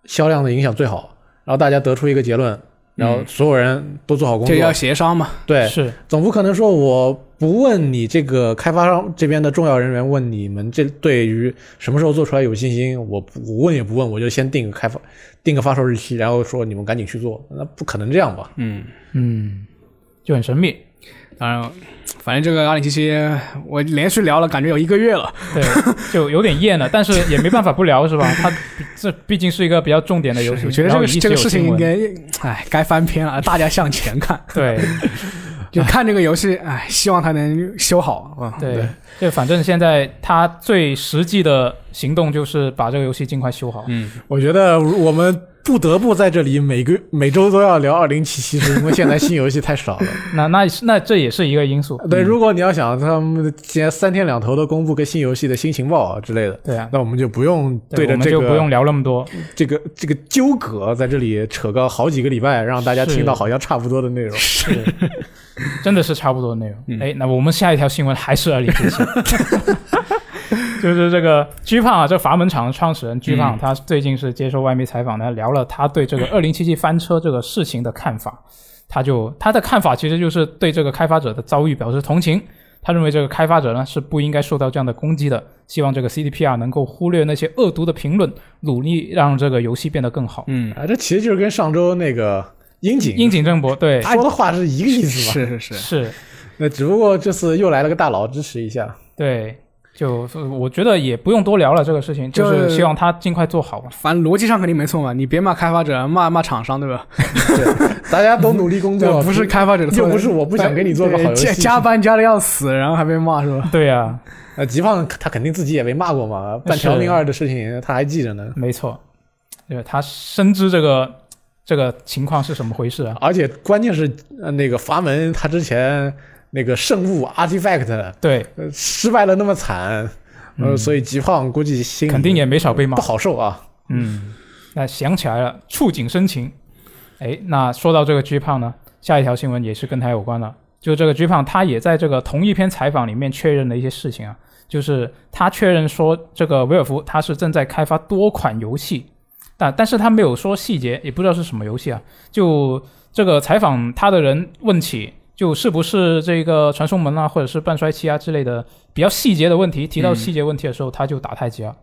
销量的影响最好？然后大家得出一个结论，然后所有人都做好工作。
这要协商嘛。
对，
是
总不可能说我不问你这个开发商这边的重要人员，问你们这对于什么时候做出来有信心，我不我问也不问，我就先定个开发定个发售日期，然后说你们赶紧去做，那不可能这样吧？
嗯，
嗯，就很神秘。
当然，反正这个二零七七我连续聊了，感觉有一个月了。
对，就有点厌了，但是也没办法不聊，是吧？它这毕竟是一个比较重点的游戏，
我觉得
然
这
后
个
一直
这个
有
事情
新
应
闻
该，哎，该翻篇了，大家向前 看，
对
就看这个游戏，哎，希望它能修好
嗯
啊。
对，就反正现在他最实际的行动就是把这个游戏尽快修好。
嗯，
我觉得我们不得不在这里每个每周都要聊二零七七，是因为现在新游戏太 少了。
那那那这也是一个因素。
对，如果你要想他们今天三天两头的公布个新游戏的新情报啊之类的，
对啊，
那我们就不用对
我
着
们
这
就不
个
用聊那么多。
这个这个纠葛在这里扯个好几个礼拜，让大家
是
听到好像差不多的内容。
是，真的是差不多的内容。哎、那我们下一条新闻还是二零七七， 就是这个 G 胖啊，这阀门厂的创始人 G 胖，他最近是接受外媒采访呢，聊了他对这个二零七七翻车这个事情的看法。他就他的看法其实就是对这个开发者的遭遇表示同情。他认为这个开发者呢是不应该受到这样的攻击的，希望这个 CDPR 能够忽略那些恶毒的评论，努力让这个游戏变得更好。
嗯，
啊，这其实就是跟上周那个樱井
樱井正博对
说的话是一个意思吧？
是是是，
是
那只不过这次又来了个大佬支持一下。
对，就呃我觉得也不用多聊了，这个事情就
就是
希望他尽快做好吧。
反正逻辑上肯定没错嘛，你别骂开发者，骂骂厂商，对吧？
对，大家都努力 工作，
不是开发者的错，
又不是我不想给你做个好游戏
对加加班加的要死，然后还被骂是吧？
对啊呀、
呃，吉胖他肯定自己也被骂过嘛，半条命二的事情他还记着呢。
没错，对他深知这个这个情况是什么回事啊。
而且关键是，呃，那个阀门他之前那个圣物 Artifact
对，
呃失败了那么惨，呃，所以吉胖估计心里
嗯肯定也没少被骂
不。好受啊。
嗯，那想起来了，触景生情。哎，那说到这个 G 胖呢，下一条新闻也是跟他有关的，就这个 G 胖他也在这个同一篇采访里面确认了一些事情啊，就是他确认说这个维尔福他是正在开发多款游戏，但但是他没有说细节，也不知道是什么游戏啊。就这个采访他的人问起。就是不是这个传送门啊，或者是半衰期啊之类的比较细节的问题，提到
嗯
细节问题的时候，他就打太极了。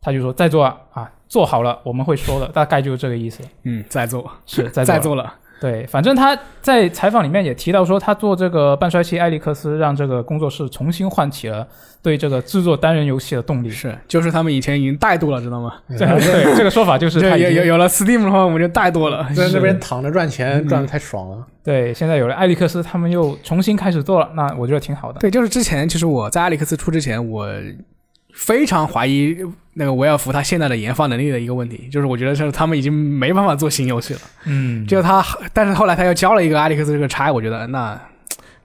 他就说再做啊啊，做好了我们会说的，大概就是这个意思。
嗯，在做，
是在
在
做
做了。
对，反正他在采访里面也提到说，他做这个半衰期艾利克斯，让这个工作室重新唤起了对这个制作单人游戏的
嗯
动力。
是，就是他们以前已经怠惰了，知道吗？
这对这个说法就是
这
他已
有
经
有有了 Steam 的话，我们就怠惰
哎
了。
在
是
那边躺着赚钱，
嗯
赚的太爽了。
对，现在有了艾利克斯，他们又重新开始做了，那我觉得挺好的。
对，就是之前，其实我在艾利克斯出之前，我非常怀疑那个维尔福他现在的研发能力的一个问题，就是我觉得是他们已经没办法做新游戏了。
嗯，
就他，但是后来他又交了一个艾利克斯这个差，我觉得那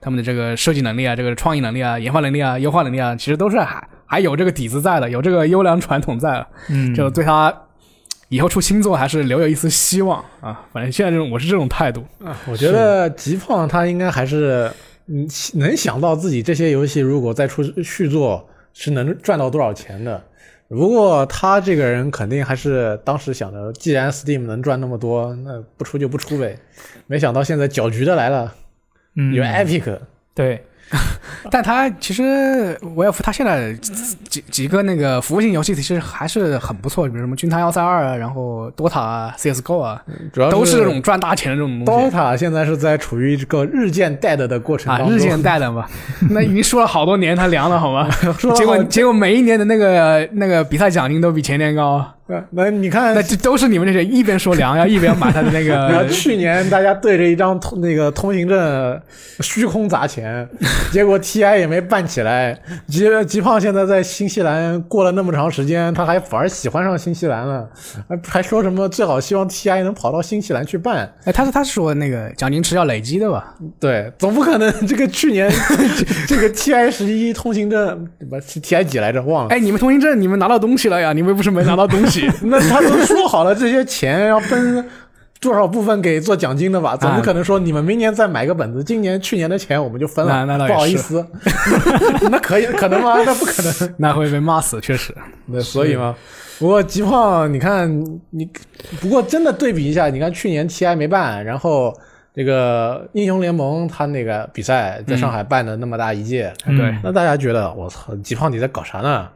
他们的这个设计能力啊，这个创意能力啊，研发能力啊，优化能力啊，其实都是还还有这个底子在的，有这个优良传统在了，
嗯，
就对他。以后出新作还是留有一丝希望啊！反正现在这种我是这种态度，
我觉得吉胖他应该还是嗯能想到自己这些游戏如果再出续作是能赚到多少钱的。不过他这个人肯定还是当时想着，既然 Steam 能赚那么多，那不出就不出呗。没想到现在搅局的来了，
嗯
有 Epic，、
对
但它其实我也服，它现在几几个那个服务性游戏其实还是很不错，比如什么《军团幺三二》啊，然后《DOTA》啊，《CS:GO》啊，
主要
都是
是
这种赚大钱的这种东西。
DOTA 现在是在处于一个日渐 dead 的过程
啊
当，中，
日渐带的嘛， 那已经说了好多年，它凉了好吗？
说
结果
好
结果每一年的那个那个比赛奖金都比前年 高，
呃那你看
那，这都是你们这些一边说凉，要一边买它的那
然后
个
去年大家对着一张通那个通行证虚空砸钱，结果 TI 也没办起来。吉吉胖现在在新西兰过了那么长时间，他还反而喜欢上新西兰了，还还说什么最好希望 TI 能跑到新西兰去办。
哎，他是他是说那个奖金池要累积的吧？
对，总不可能这个去年 这个 TI 十一通行证不是 TI 几来着忘了。
哎，你们通行证你们拿到东西了呀？你们又不是没拿到东 西？
那他都说好了，这些钱要分多少部分给做奖金的
啊
吧？总不可能说你们明年再买个本子，今年去年的钱我们就分了，
那那倒也
不好意
是
思，那可以可能吗？那不可能，
那会被骂死，确实。
那所以嘛。不过吉胖，你看你，不过真的对比一下，你看去年 TI 没办，然后这个英雄联盟他那个比赛在上海办的那么大一届，
嗯
对
那大家觉得我操，吉胖你在搞啥呢？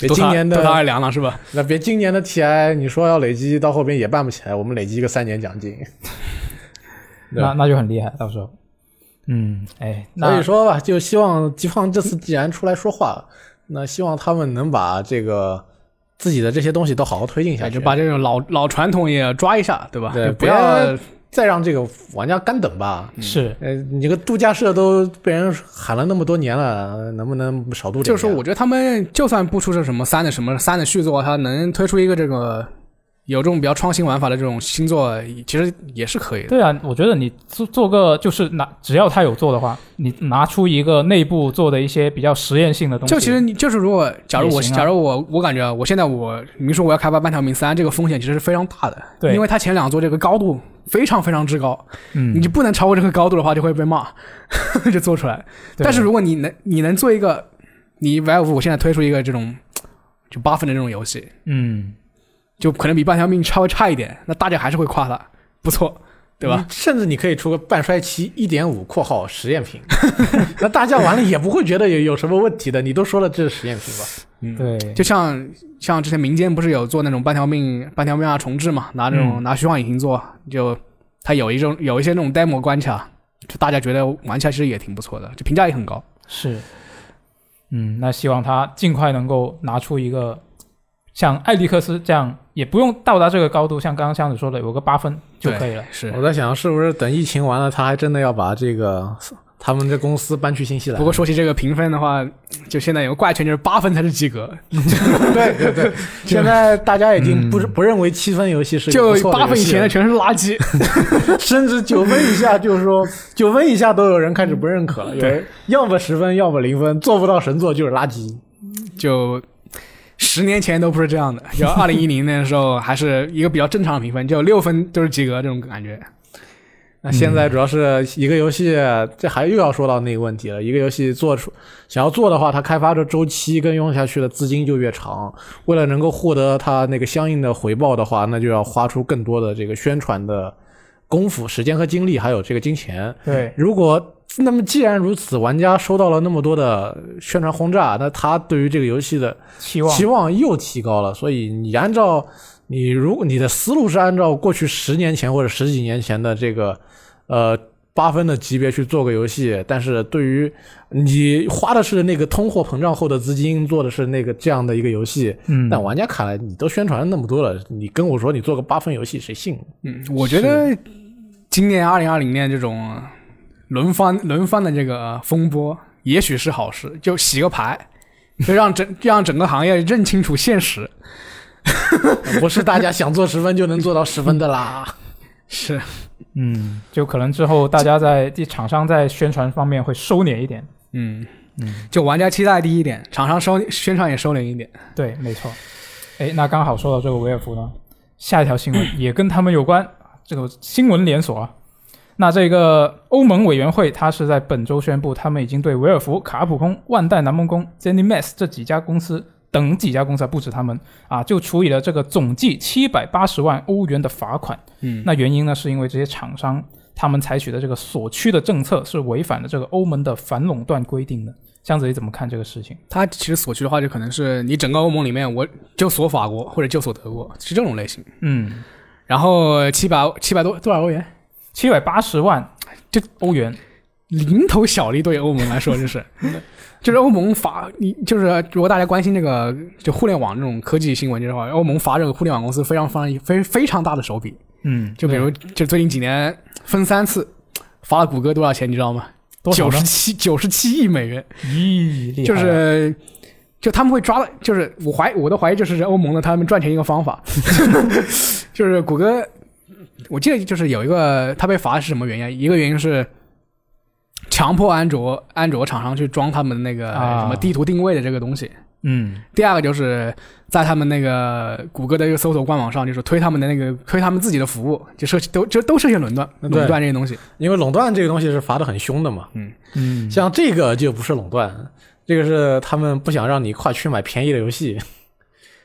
别
都
今年的
都太凉了是吧？
那别今年的 TI，你说要累积到后边也办不起来，我们累积一个三年奖金。对
那那就很厉害，到时候。嗯，哎，那
所以说吧，就希望吉胖这次既然出来说话，那希望他们能把这个自己的这些东西都好好推进下
哎，
去，
就把这种老老传统也抓一下，对吧？
对
就不要
别再让这个玩家干等吧。
是
呃，你这个度假社都被人喊了那么多年了，能不能少度点呀？
就是我觉得他们就算不出这什么三的什么三的续作，他能推出一个这个有这种比较创新玩法的这种新作，其实也是可以的。
对啊，我觉得你做做个就是拿，只要他有做的话，你拿出一个内部做的一些比较实验性的东西，
就其实你就是如果假如我、
也行啊
假如我我感觉啊我现在我明说我要开发半条命三，这个风险其实是非常大的，
对
因为它前两座这个高度非常非常之高，
嗯，
你就不能超过这个高度的话就会被骂， 就做出来。
对
但是如果你能你能做一个，你 Valve 我现在推出一个这种就八分的这种游戏，
嗯，
就可能比半条命稍微差一点，那大家还是会夸它不错，对吧？
你甚至你可以出个半衰期一点五（括号实验品）， 那大家玩了也不会觉得有有什么问题的。你都说了这是实验品吧？
对，
嗯就像像之前民间不是有做那种半条命半条命啊重置嘛，拿这种、
嗯
拿虚幻引擎做，就它有一种有一些那种 demo 关卡，就大家觉得玩起来其实也挺不错的，就评价也很高。
是，嗯，那希望他尽快能够拿出一个像艾利克斯这样，也不用到达这个高度，像刚刚箱子说的，有个八分就可以了。
是
我，在想，是不是等疫情完了，他还真的要把这个他们这公司搬去新西兰？
不过说起这个评分的话，就现在有个怪圈，就是八分才是及格，
对对 对，现在大家已经不是、不认为七嗯分游戏是一个
就
不错的
八分以
游戏啊
前
了
的全是垃圾。
甚至九分以下，就是说九分以下都有人开始不认可了。有人要么十分，要么零分，做不到神作就是垃圾。
就十年前都不是这样的， 就二零一零年的时候还是一个比较正常的评分，就六分都是及格这种感觉。
那现在主要是一个游戏，这还又要说到那个问题了。一个游戏做出想要做的话，它开发的周期跟用下去的资金就越长。为了能够获得它那个相应的回报的话，那就要花出更多的这个宣传的功夫、时间和精力，还有这个金钱。
对，
如果那么既然如此，玩家收到了那么多的宣传轰炸，那他对于这个游戏的
期望
期望又提高了。所以你按照你如果你的思路是按照过去十年前或者十几年前的这个呃八分的级别去做个游戏，但是对于你花的是那个通货膨胀后的资金，做的是那个这样的一个游戏，
嗯，
但玩家看来你都宣传了那么多了，你跟我说你做个八分游戏，谁 信？
嗯，我觉得今年二零二零年这种轮番轮番的这个风波，也许是好事，就洗个牌，就让整 让整个行业认清楚现实。
不是大家想做十分就能做到十分的啦。
是，
嗯，就可能之后大家在厂商在宣传方面会收敛一点。
嗯
嗯，
就玩家期待低一点，厂商收宣传也收敛一点。
对，没错。哎，那刚好说到这个维尔福呢，下一条新闻也跟他们有关，这个新闻连锁啊。那这个欧盟委员会，它是在本周宣布，他们已经对维尔福、卡普空、万代南梦宫、ZeniMax 这几家公司等几家公司啊，不止他们啊，就处以了这个总计七百八十万欧元的罚款。
嗯，
那原因呢，是因为这些厂商他们采取的这个所趋的政策是违反了这个欧盟的反垄断规定的。箱子里怎么看这个事情？
它其实所去的话，就可能是你整个欧盟里面，我就锁法国或者就锁德国，是这种类型。
嗯，
然后七百七百多多少欧元，
七百八十万
这
欧元，
零头小利对于欧盟来说，就是 就是欧盟罚你，就是如果大家关心这个就互联网这种科技新闻，就是话，哎欧盟罚这个互联网公司非常非常非非常大的手笔。
嗯，
就比如就最近几年分三次罚了谷歌多少钱，你知道吗？
多少
九
呢
十？七九十七亿美元。
咦，厉害啊
就
了
是就他们会抓的，就是我怀我都怀疑，就是欧盟的他们赚钱一个方法， 就是谷歌，我记得就是有一个他被罚是什么原因啊？一个原因是强迫安卓安卓厂商去装他们那个
啊
什么地图定位的这个东西。
嗯
第二个就是在他们那个谷歌的一个搜索官网上，就是推他们的那个推他们自己的服务，就涉及都就都涉嫌垄断垄断这些东西。
因为垄断这个东西是罚的很凶的嘛。
嗯，
像这个就不是垄断，这个是他们不想让你跨区买便宜的游戏。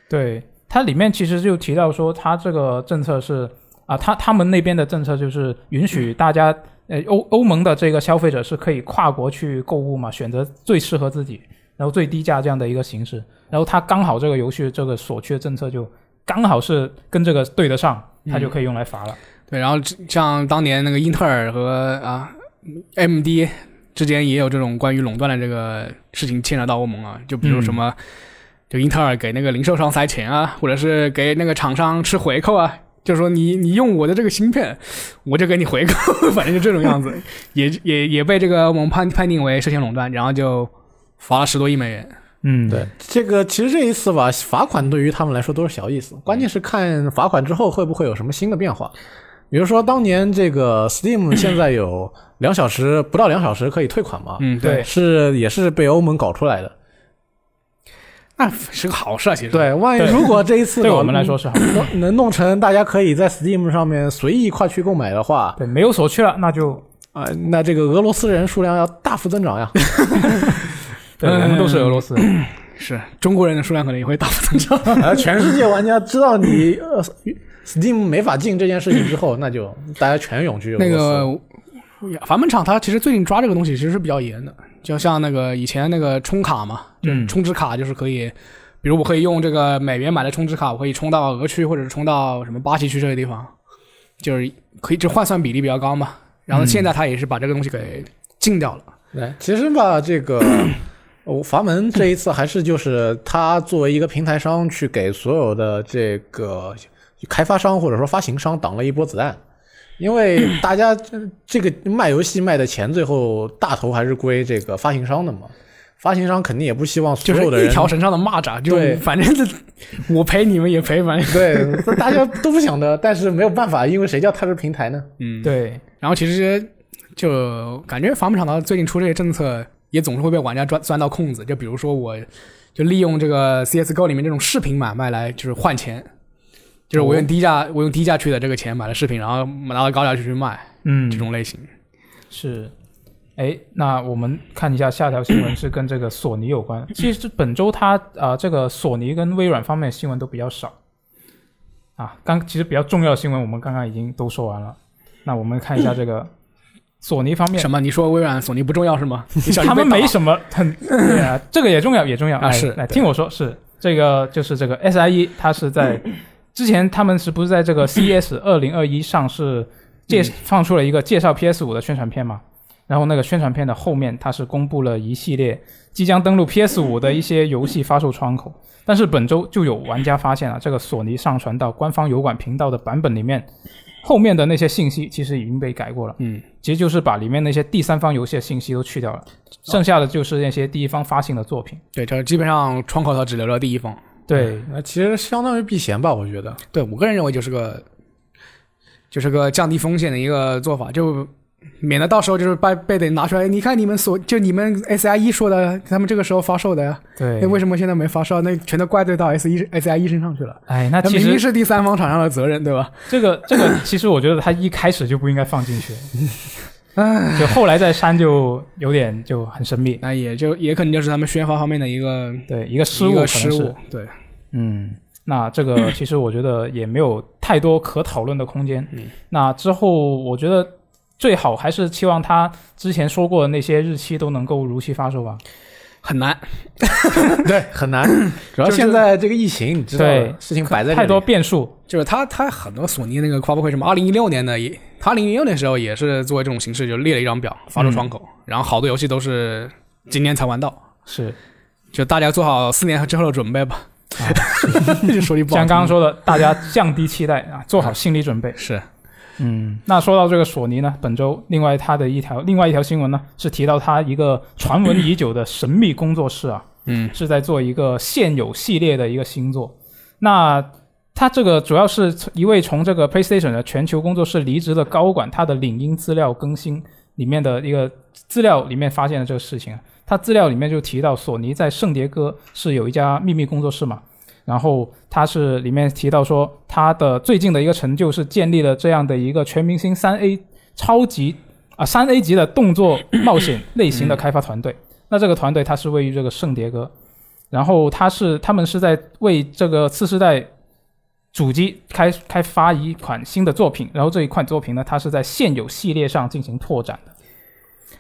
对，它里面其实就提到说，它这个政策是啊，他他们那边的政策就是允许大家，呃，欧欧盟的这个消费者是可以跨国去购物嘛，选择最适合自己，然后最低价这样的一个形式。然后它刚好这个游戏这个所缺政策就刚好是跟这个对得上，它就可以用来罚了。
对，然后这像当年那个英特尔和啊 AMD 之间也有这种关于垄断的这个事情牵扯到欧盟啊，就比如什么，就英特尔给那个零售商塞钱啊，或者是给那个厂商吃回扣啊。就是说你你用我的这个芯片，我就给你回扣， 反正就这种样子，也也也被这个欧盟判判定为涉嫌垄断，然后就罚了十多亿美元。
嗯，
对，这个其实这一次吧，罚款对于他们来说都是小意思，关键是看罚款之后会不会有什么新的变化。比如说，当年这个 Steam 现在 有两小时不到两小时可以退款嘛？
嗯，
对
是也是被欧盟搞出来的。
那是个好事啊，其实。
对，万一
对
如果这一次
对
搞
我们来说是好。
能能弄成大家可以在 Steam 上面随意跨区购买的话，
对，没有所缺了，那就
啊、那这个俄罗斯人数量要大幅增长呀。
对，
嗯
我们都是俄罗斯人。
是中国人的数量可能也会大幅增长。
啊， 全世界玩家知道你 呃 Steam 没法进这件事情之后，那就大家全涌去俄
那
罗斯
个阀门厂，它其实最近抓这个东西其实是比较严的，就像那个以前那个充卡嘛，就是
嗯
充值卡就是可以，比如我可以用这个美元买的充值卡，我可以充到俄区或者是充到呃什么巴西区这些地方，就是可以这换算比例比较高嘛。然后现在它也是把这个东西给禁掉了。
对，其实吧，这个 呃阀门这一次还是就是他作为一个平台商，去给所有的这个开发商或者说发行商挡了一波子弹，因为大家这这个卖游戏卖的钱，最后大头还是归这个发行商的嘛。发行商肯定也不希望所
就
有的
是一
人
条绳上的蚂蚱，就
对
反正这我赔你们也赔，反正
对，大家都不想的，但是没有办法，因为谁叫它是平台呢？
嗯
对，
然后其实就感觉房不厂到最近出这些政策，也总是会被玩家钻钻到空子。就比如说，我就利用这个 CSGO 里面这种视频买卖来就是换钱，就是我用低价、我用低价区的这个钱买了视频，然后拿到高价区去卖
嗯，
这种类型。
是，哎，那我们看一下下条新闻是跟这个索尼有关。其实本周它啊、呃这个索尼跟微软方面的新闻都比较少啊。刚其实比较重要的新闻，我们刚刚已经都说完了。那我们看一下这个索尼方面
什，么？你说微软、索尼不重要是吗？你小心
他
被
们
打
没什么很，对啊，这个也重要，也重要
啊
来
是
来听我说，是这个就是这个 SIE，它是 在之前他们是不是在这个 CES 二零二一上是
嗯
介放出了一个介绍 PS 五的宣传片嘛？然后那个宣传片的后面，它是公布了一系列即将登陆 PS 五的一些游戏发售窗口。但是本周就有玩家发现了，这个索尼上传到官方油管频道的版本里面，后面的那些信息其实已经被改过了。
嗯，
其实就是把里面那些第三方游戏的信息都去掉了，剩下的就是那些第一方发行的作品。嗯
对，就是基本上窗口它只留了第一方。
对，
那其实相当于避嫌吧，我觉得。
对我个人认为就是个，就是个降低风险的一个做法，就免得到时候就是被被得拿出来。你看你们所就你们 SIE E 说的，他们这个时候发售的呀，
对
那为什么现在没发售？那全都怪罪到 E，SIE SIE 身上去了。
哎，那
那
其
明明
实
是第三方厂商的责任，对吧？
这个这个，其实我觉得他一开始就不应该放进去，
唉，
就后来再删就有点就很神秘。
那也就也可能就是他们宣发方面的一个
对，一个失误，
一
可能
个
是
失误。对，
嗯，那这个
嗯
其实我觉得也没有太多可讨论的空间。那之后我觉得最好还是期望他之前说过的那些日期都能够如期发售吧。
很难。
对，很难。主要
就是
现在这个疫情，你知道的
对
事情摆在这
太
里
多变数，
就是他他很多索尼那个发布会，什么二零一六年的也，他二零一六年的时候也是作为这种形式，就列了一张表发售窗口，
嗯
然后好多游戏都是今年才玩到，
是
就大家做好四年之后的准备吧。就说句不好
像
听
刚刚说的，大家降低期待啊，做好心理准备。
是
嗯，那说到这个索尼呢，本周另外它的一条另外一条新闻呢，是提到它一个传闻已久的神秘工作室啊，
嗯，
是在做一个现有系列的一个新作。那它这个主要是一位从这个 PlayStation 的全球工作室离职的高管，他的领英资料更新里面的一个资料里面发现了这个事情啊。他资料里面就提到，索尼在圣迭戈是有一家秘密工作室嘛，然后他是里面提到说，他的最近的一个成就是建立了这样的一个全明星三 A 超级啊三 A 级的动 作冒险类型的开发团队。
嗯
那这个团队它是位于这个圣迭戈，然后它是他们是在为这个次世代主机开开发一款新的作品，然后这一款作品呢，它是在现有系列上进行拓展的。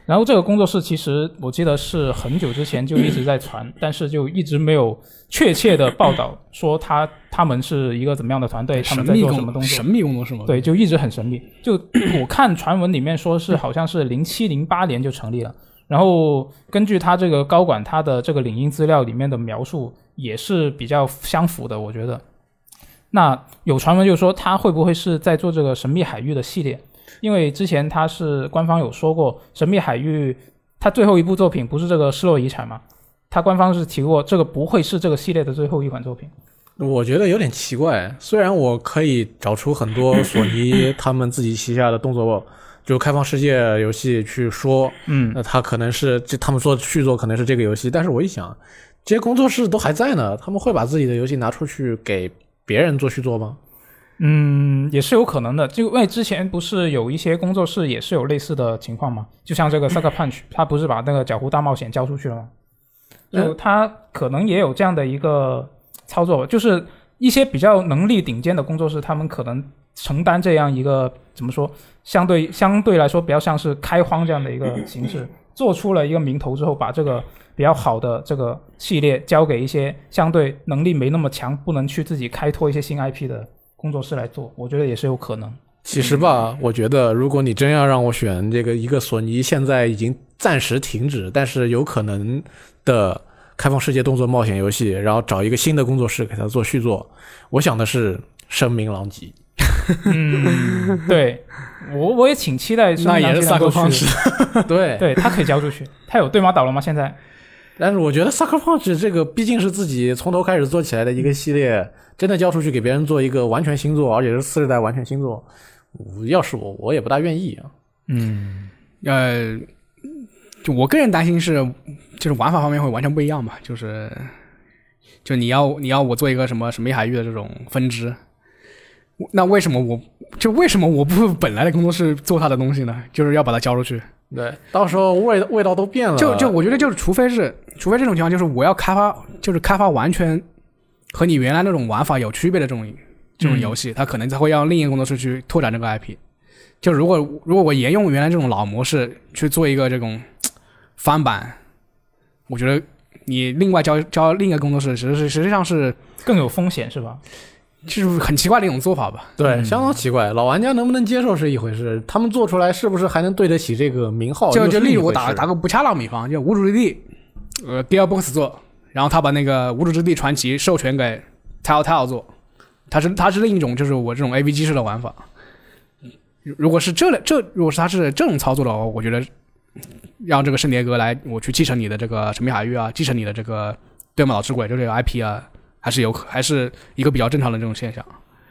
然后这个工作室其实我记得是很久之前就一直在 传，但是就一直没有确切的报道说他他们是一个怎么样的团队，他
神
们在
秘
做什么
工
东西。
神秘工作室吗？
对，就一直很神秘。 就我看传闻里面说是好像是零七零八年就成立了，然后根据他这个高管他的这个领英资料里面的描述也是比较相符的，我觉得。那有传闻就说他会不会是在做这个神秘海域的系列？因为之前他是官方有说过，神秘海域他最后一部作品不是这个失落遗产吗？他官方是提过这个不会是这个系列的最后一款作品。
我觉得有点奇怪，虽然我可以找出很多索尼他们自己旗下的动作，就开放世界游戏去说，
嗯，
那他可能是这他们做续作可能是这个游戏，但是我一想，这些工作室都还在呢，他们会把自己的游戏拿出去给别人做续作吗？
嗯，也是有可能的，就因为之前不是有一些工作室也是有类似的情况嘛，就像这个《Sucker Punch》，他不是把那个《脚湖大冒险》交出去了吗？就他可能也有这样的一个操作，就是一些比较能力顶尖的工作室，他们可能承担这样一个怎么说，相对相对来说比较像是开荒这样的一个形式，做出了一个名头之后，把这个比较好的这个系列交给一些相对能力没那么强，不能去自己开拓一些新 IP 的工作室来做，我觉得也是有可能。
其实吧，我觉
嗯
得如果你真要让我选这个一个索尼现在已经暂时停止，但是有可能的开放世界动作冒险游戏，然后找一个新的工作室给它做续作，我想的是《声名狼藉》。
嗯， 对我我也挺期待孙
那
杨
也是
这
萨
两
克
部曲。
方式。
对，
对他可以交出去，他有对马岛了吗？现在
但是我觉得《Sucker Punch》这个毕竟是自己从头开始做起来的一个系列，真的交出去给别人做一个完全新作，而且是次世代完全新作，我要是我，我也不大愿意啊。
呃，就我个人担心是，就是玩法方面会完全不一样嘛，就是就你要你要我做一个什么什么海域的这种分支，我那为什么我就为什么我不本来的工作室做他的东西呢？就是要把它交出去。
对，到时候味味道都变了，
就就我觉得就是，除非是除非这种情况，就是我要开发就是开发完全和你原来那种玩法有区别的这种这种游戏，它可能才会让另一个工作室去拓展这个 IP。就如果如果我沿用原来这种老模式去做一个这种嘖翻版，我觉得你另外交交另一个工作室，实实实际上是
更有风险是吧？
就是很奇怪的一种做法吧。
对，相当奇怪。老玩家能不能接受是一回事，他们做出来是不是还能对得起这个名号？
就
又是
就例
另一
如我
回
打
事
打个不恰当比方，就《无主之地》，呃，Gearbox 做，然后他把那个《无主之地传奇》授权给 Telltale 做，它是它是另一种就是我这种 AVG 式的玩法。如如果是这类这如果是它是这种操作的话，我觉得让这个圣迭戈来我去继承你的这个神秘海域啊，继承你的这个对马岛之鬼这个 IP 啊，还是有可还是一个比较正常的这种现象。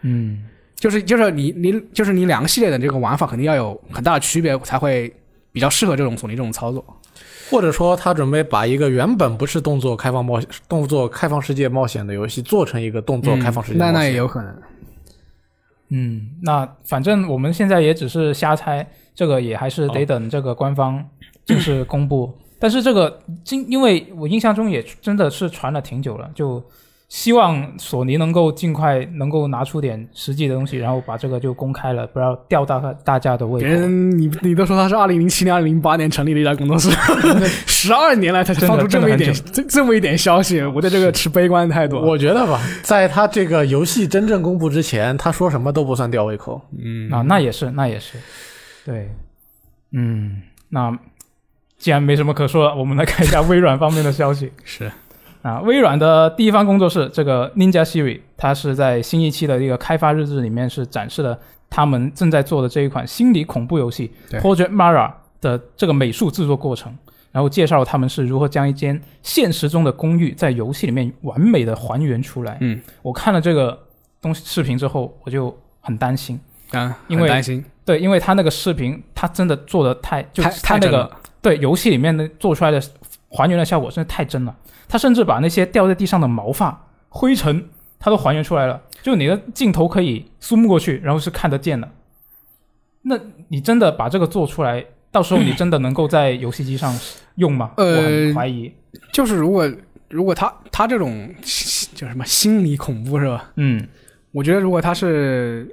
嗯，
就是就是你你就是你两个系列的这个玩法肯定要有很大的区别，才会比较适合这种索尼这种操作。
或者说他准备把一个原本不是动作开放冒险、动作开放世界冒险的游戏做成一个动作开放世界
嗯那
冒险。
那也有可能。
嗯，那反正我们现在也只是瞎猜，这个也还是得等这个官方正式公布。但是这个今因为我印象中也真的是传了挺久了，就希望索尼能够尽快能够拿出点实际的东西，然后把这个就公开了，不要吊大大家的胃
别
口。
人你你都说他是二零零七年、二零零八年成立的一家工作室，十二年来才发出这么一点
真
这这么一点消息，我对这个持悲观的态度。啊
我觉得吧，在他这个游戏真正公布之前，他说什么都不算吊胃口。
嗯
啊，那也是，那也是，对，嗯，那既然没什么可说了，我们来看一下微软方面的消息。
是
啊，微软的第一方工作室这个 Ninja Siri，它是在新一期的一个开发日志里面是展示了他们正在做的这一款心理恐怖游戏
对
Project Mara 的这个美术制作过程，然后介绍他们是如何将一间现实中的公寓在游戏里面完美的还原出来。
嗯，
我看了这个东西视频之后，我就很担心，
啊，
因为
很担心
对，因为他那个视频，他真的做的太就
太
他
太
那
真
个
了
对游戏里面的做出来的还原的效果真的太真了，他甚至把那些掉在地上的毛发、灰尘，他都还原出来了。就你的镜头可以 zoom 过去，然后是看得见的。那你真的把这个做出来，到时候你真的能够在游戏机上用吗？我很
呃
怀疑。
就是如果如果他他这种叫什么心理恐怖是吧？
嗯
我觉得如果他是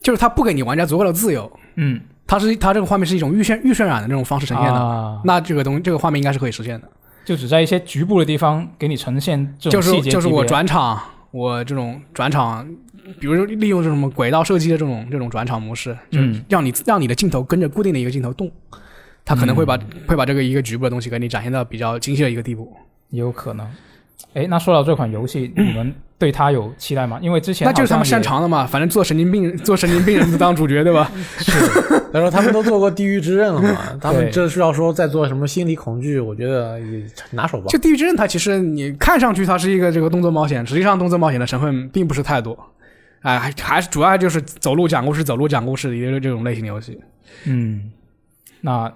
就是他不给你玩家足够的自由，
嗯，
他是他这个画面是一种预渲预渲染的这种方式呈现的，
啊，
那这个东这个画面应该是可以实现的。
就只在一些局部的地方给你呈现这
就
种
是
细节
就是
级
我
别
转场，我这种转场，比如说利用这种什么轨道射击的这种这种转场模式，就是
嗯
让你让你的镜头跟着固定的一个镜头动，它可能会把、
嗯
会把这个一个局部的东西给你展现到比较精细的一个地步。
也有可能。哎，那说到这款游 戏，你们对它有期待吗？因为之前
那就是他们
好像
擅
也，
长的嘛，反正做神经病做神经病人当主角 对吧？
他说他们都做过《地狱之刃》了嘛，他
对
们这是要说再做什么心理恐惧，我觉得也拿手吧
就。《地狱之刃》，它其实你看上去它是一个这个动作冒险，实际上动作冒险的成分并不是太多。哎，还还是主要就是走路讲故事、走路讲故事的一个这种类型的游戏。
嗯，那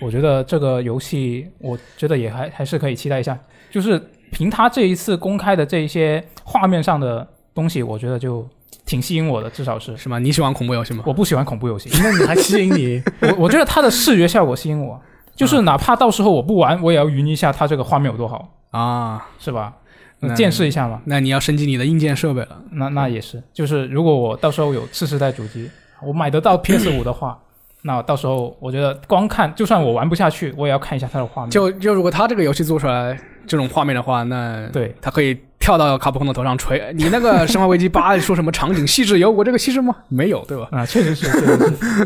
我觉得这个游戏，我觉得也还还是可以期待一下。就是凭它这一次公开的这一些画面上的东西，我觉得就挺吸引我的，至少是。
是吗？你喜欢恐怖游戏吗？
我不喜欢恐怖游 戏，
那你还吸引你？
我我觉得它的视觉效果吸引我，
嗯
就是哪怕到时候我不玩，我也要云一下它这个画面有多好，
啊，
是吧
那？
见识一下嘛。
那你要升级你的硬件设备了。
那那也是，就是如果我到时候有次世代主机，我买得到 PS 五的话，那到时候我觉得光看，就算我玩不下去，我也要看一下它的画面。
就就如果他这个游戏做出来这种画面的话，那
对，
他可以跳到卡普空的头上锤你那个《生化危机八》说什么场景细致有我这个细致吗？没有，对吧？
啊，确实是，确实是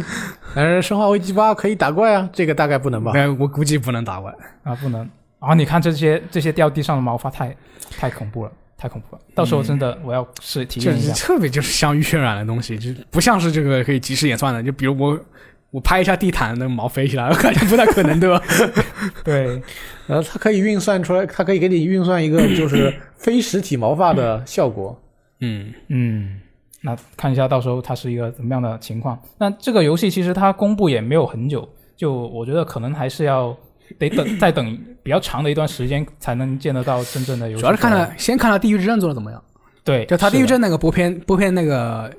但是《生化危机八》可以打怪啊，这个大概不能吧？
没有，我估计不能打完。
啊，不能啊！你看这些这些掉地上的毛发太太恐怖了，太恐怖了！到时候真的我要试体
就
验一
是
下。
特别就是像预渲染的东西，就不像是这个可以及时演算的。就比如我我拍一下地毯，那毛飞起来，我感觉不太可能，对吧？
对，
呃，它可以运算出来，它可以给你运算一 个就是非实体毛发的效果。
嗯，
嗯，那看一下到时候它是一个怎么样的情况。那这个游戏其实它公布也没有很久，就我觉得可能还是要得等再等比较长的一段时间才能见得到真正的游戏
主
出来。
要是看他先看他《地狱之刃》做的怎么样。
对，
就他《
是
地狱
的
之刃》那个播片播片那个，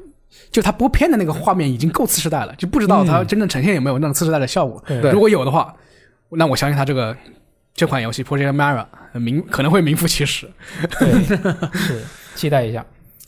就他播片的那个画面已经够次时代了，就不知道他真正呈现有没有那种次时代的效果。
嗯对
如果有的话，那我相信他这个这款游戏《Project Mara》名可能会名副其实。
对，是期待一下。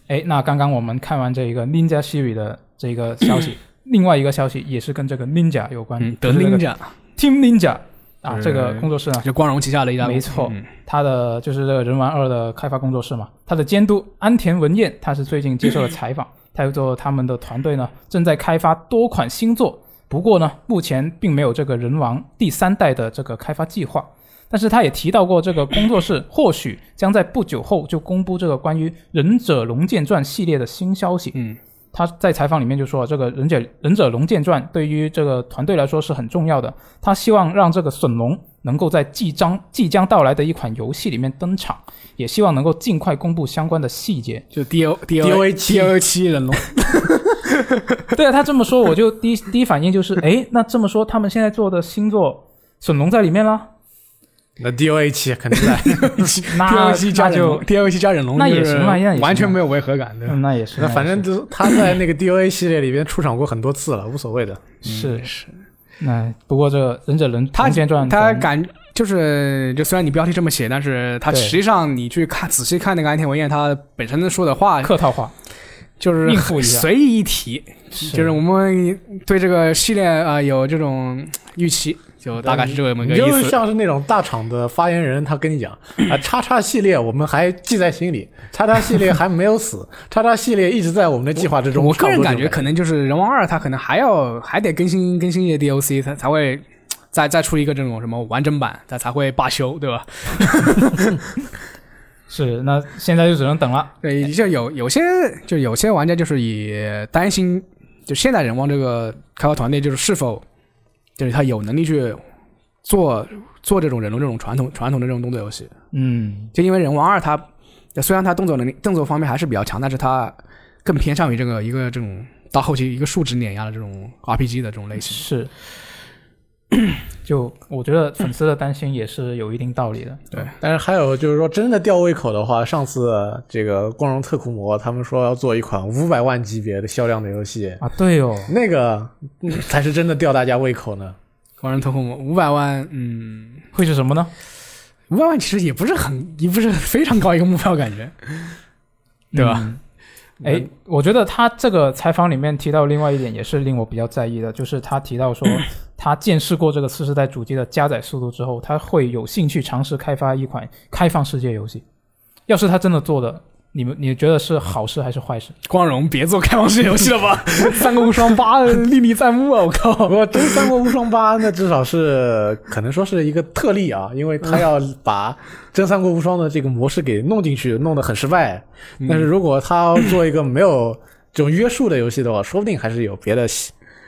哎，那刚刚我们看完这一个 Ninja Siri 的这个消 息，另外一个消息也是跟这个 Ninja 有关，
嗯，德
就是那
林
个
家
Team Ninja 啊，
是
这个工作室呢，
就光荣旗下的一家公司，
没错
嗯
它的就是这个《人玩二》的开发工作室嘛，它的监督安田文彦，他是最近接受了采访，他又说他们的团队呢正在开发多款新作，不过呢，目前并没有这个《人王》第三代的这个开发计划。但是他也提到过，这个工作室或许将在不久后就公布这个关于《忍者龙剑传》系列的新消息。
嗯，
他在采访里面就说，这个《忍者忍者龙剑传》对于这个团队来说是很重要的。他希望让这个隼龙能够在即将即将到来的一款游戏里面登场，也希望能够尽快公布相关的细节。
就 D O D O
DOA
7 D O 七人龙，
对啊，他这么说，我就 第一第一反应就是，哎，那这么说，他们现在做的新作隼龙在里面 啦？
那 DOA 七肯定在。
那
D O 七加
啊那
人
就
龙、D O 七加人龙，
那也
就
行
是
嘛那也行嘛
完全没有违和感，对吧？
嗯，那也是，
那反
也
正就是他在那个 DOA 系列里边出场过很多次了，无所谓的。
是是
嗯
嗯
是。
那不过这个忍者龙
他
龙剑传
他
可能
感就是就虽然你标题这么写，但是它
对
实际上你去看仔细看那个安田文彦他本身说的话，
客套话，
就是
应付一下
随意一提，就是我们对这个系列啊、呃有这种预期，就大概是这么
嗯你
个
就
意
是
思。
像是那种大厂的发言人，他跟你讲啊，叉叉系列我们还记在心里，叉叉系列还没有 死，叉叉系列一直在我们的计划之中。
我个人
差
感
不
觉
多这种
可能就是《人王二》，它可能还要还得更新更新一些 DLC，它才会再再出一个这种什么完整版，它才会罢休，对吧？
是那现在就只能等了。
对，就有有些就有些玩家就是也担心，就现代人王这个开发团队就是是否就是他有能力去做做这种人龙这种传统传统的这种动作游戏，
嗯，
就因为人王二它虽然它动作能力动作方面还是比较强，但是它更偏向于这个一个这种到后期一个数值碾压的这种 RPG 的这种类型。
是。 就我觉得粉丝的担心也是有一定道理的。
但是还有就是说，真的吊胃口的话，上次这个光荣特库摩他们说要做一款五百万级别的销量的游戏，
啊，对哦，
那个嗯才是真的吊大家胃口呢。
光人特工五百万，嗯，
会是什么呢？
五百万其实也不是很，也不是非常高一个目标，感觉，对吧？
嗯哎、我觉得他这个采访里面提到另外一点，也是令我比较在意的，就是他提到 说，他见识过这个次世代主机的加载速度之后，他会有兴趣尝试开发一款开放世界游戏。要是他真的做的，你们你觉得是好事还是坏事？
光荣别做开放式游戏了 吧？三国无双八历历在目啊！我靠，
不过真三国无双八那至少是可能说是一个特例啊，因为他要把真三国无双的这个模式给弄进去，弄得很失败。但是如果他要做一个没有这种约束的游戏的话，说不定还是有别的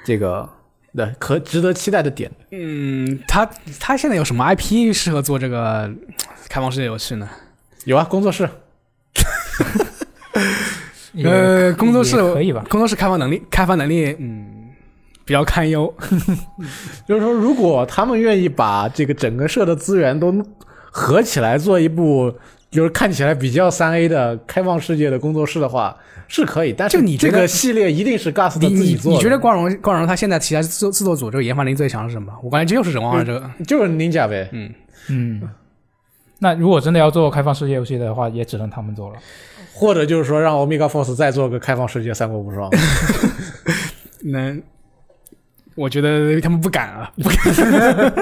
这个的可值得期待的点。
嗯，他他现在有什么 IP 适合做这个嗯开放世界游戏呢？
有啊，工作室
也
呃，工作室
也可以吧？
工作室开发能力，开发能力，嗯，比较堪忧。
就是说，如果他们愿意把这个整个社的资源都合起来做一部。就是看起来比较三 A 的开放世界的工作室的话，是可以，但是
就你觉
这
得
个系列一定是 Gus
你
的自己
你
做的。
你觉得光荣光荣他现在旗下制作制作组这个研发能力最强是什么？我感觉这就是人王二这个。
就是 Ninja 呗，
嗯。那如果真的要做开放世界游戏的话，也只能他们做了。
或者就是说让 Omega Force 再做个开放世界三国无双，
能，我觉得他们不敢啊，不敢。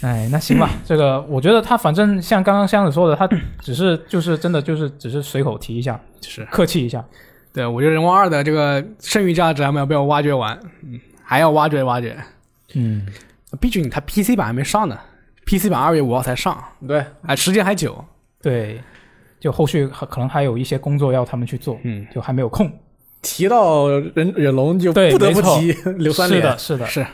哎，那 行吧，这个我觉得他反正像刚刚箱子说的，他只是就是真的就是只是随口提一下，
就是，
客气一下。
对我觉得《人王二》的这个剩余价值还没有被我挖掘完，嗯，还要挖掘挖掘。
嗯，
毕竟它 PC 版还没上呢，PC 版二月五号才上，
对，
哎，时间还久。
对，就后续还可能还有一些工作要他们去做，
嗯，
就还没有空。
提到忍忍龙就
对
不得不
没错
提硫酸
是
脸
的，，是的，
是，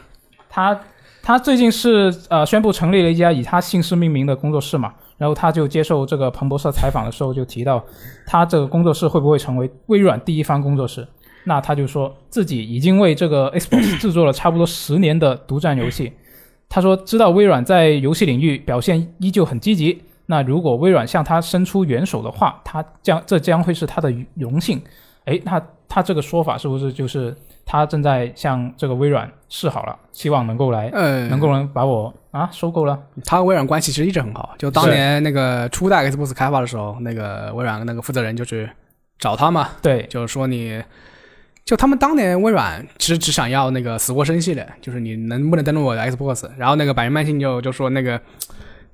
他他最近是呃宣布成立了一家以他姓氏命名的工作室嘛，然后他就接受这个彭博社采访的时候就提到，他这个工作室会不会成为微软第一方工作室？那他就说自己已经为这个 Xbox 制作了差不多十年的独占游戏。他说知道微软在游戏领域表现依旧很积极，那如果微软向他伸出援手的话，他将这将会是他的荣幸。诶，那他这个说法是不是就是他正在向这个微软示好了，希望能够来，
呃，
能够能把我啊收购 了。
他和微软关系其实一直很好，就当
是
年那个初代 Xbox 开发的时候，那个微软那个负责人就去找他嘛，
对，
就是说你，就他们当年微软其实只想要那个死过生系列，就是你能不能登录我的 Xbox？然后那个百元慢信就就说那个，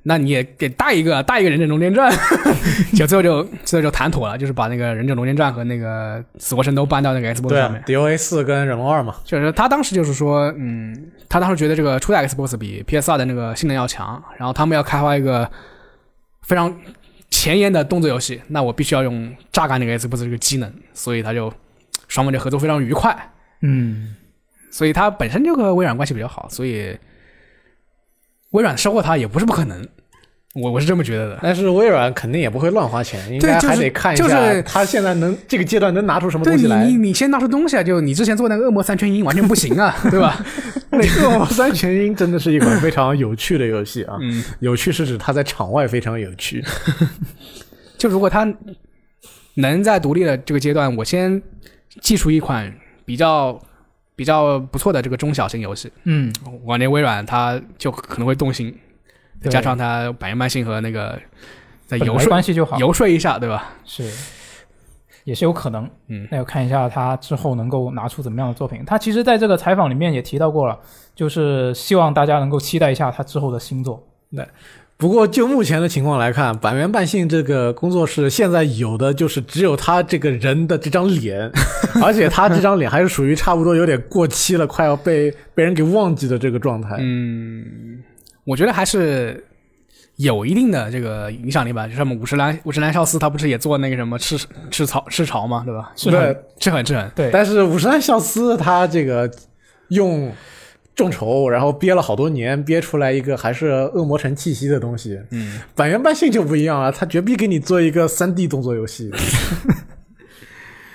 那你也给带一个带一个忍者龙剑传， 就最后就最后就谈妥了，就是把那个忍者龙剑传和那个死过生都搬到那个 Xbox
对
上
啊
面。
，DOA 四跟忍龙二嘛，
就是他当时就是说，嗯，他当时觉得这个初代 Xbox 比 PS 2的那个性能要强，然后他们要开发一个非常前沿的动作游戏，那我必须要用榨干那个 Xbox 这个机能，所以他就双方就合作非常愉快，
嗯，
所以他本身就和微软关系比较好，所以微软收购他也不是不可能，我我是这么觉得的。
但是微软肯定也不会乱花钱，应
对就
该
是
还得看一
就是
下他现在能这个阶段能拿出什么
对
东西
你，
来
你。你先拿出东西啊！就你之前做那个《恶魔三全音》完全不行 啊，对吧？
那个《恶三全音》真的是一款非常有趣的游戏啊，
嗯，
有趣是指它在场外非常有趣。
就如果他能在独立的这个阶段，我先技出一款比较比较不错的这个中小型游戏。
嗯，
往年微软它就可能会动心，
对
加上它百年慢性和那个在
本
游
来
说
关系就好，
游说一下，对吧？
是也是有可能。
嗯，
那要看一下他之后能够拿出怎么样的作品。他其实在这个采访里面也提到过了，就是希望大家能够期待一下他之后的新作。
不过就目前的情况来看，板垣半信这个工作室现在有的就是只有他这个人的这张脸，而且他这张脸还是属于差不多有点过期了，快要被被人给忘记的这个状态。
嗯，我觉得还是有一定的这个影响力吧。就像我们五十岚五十岚孝司，他不是也做那个什么赤赤潮赤潮嘛，对吧？
是
对
的，
赤很赤很，
对
但是五十岚孝司他这个用众筹，然后憋了好多年，憋出来一个还是恶魔城气息的东西。
嗯，
板垣半信就不一样了，他绝逼给你做一个三 D 动作 游戏。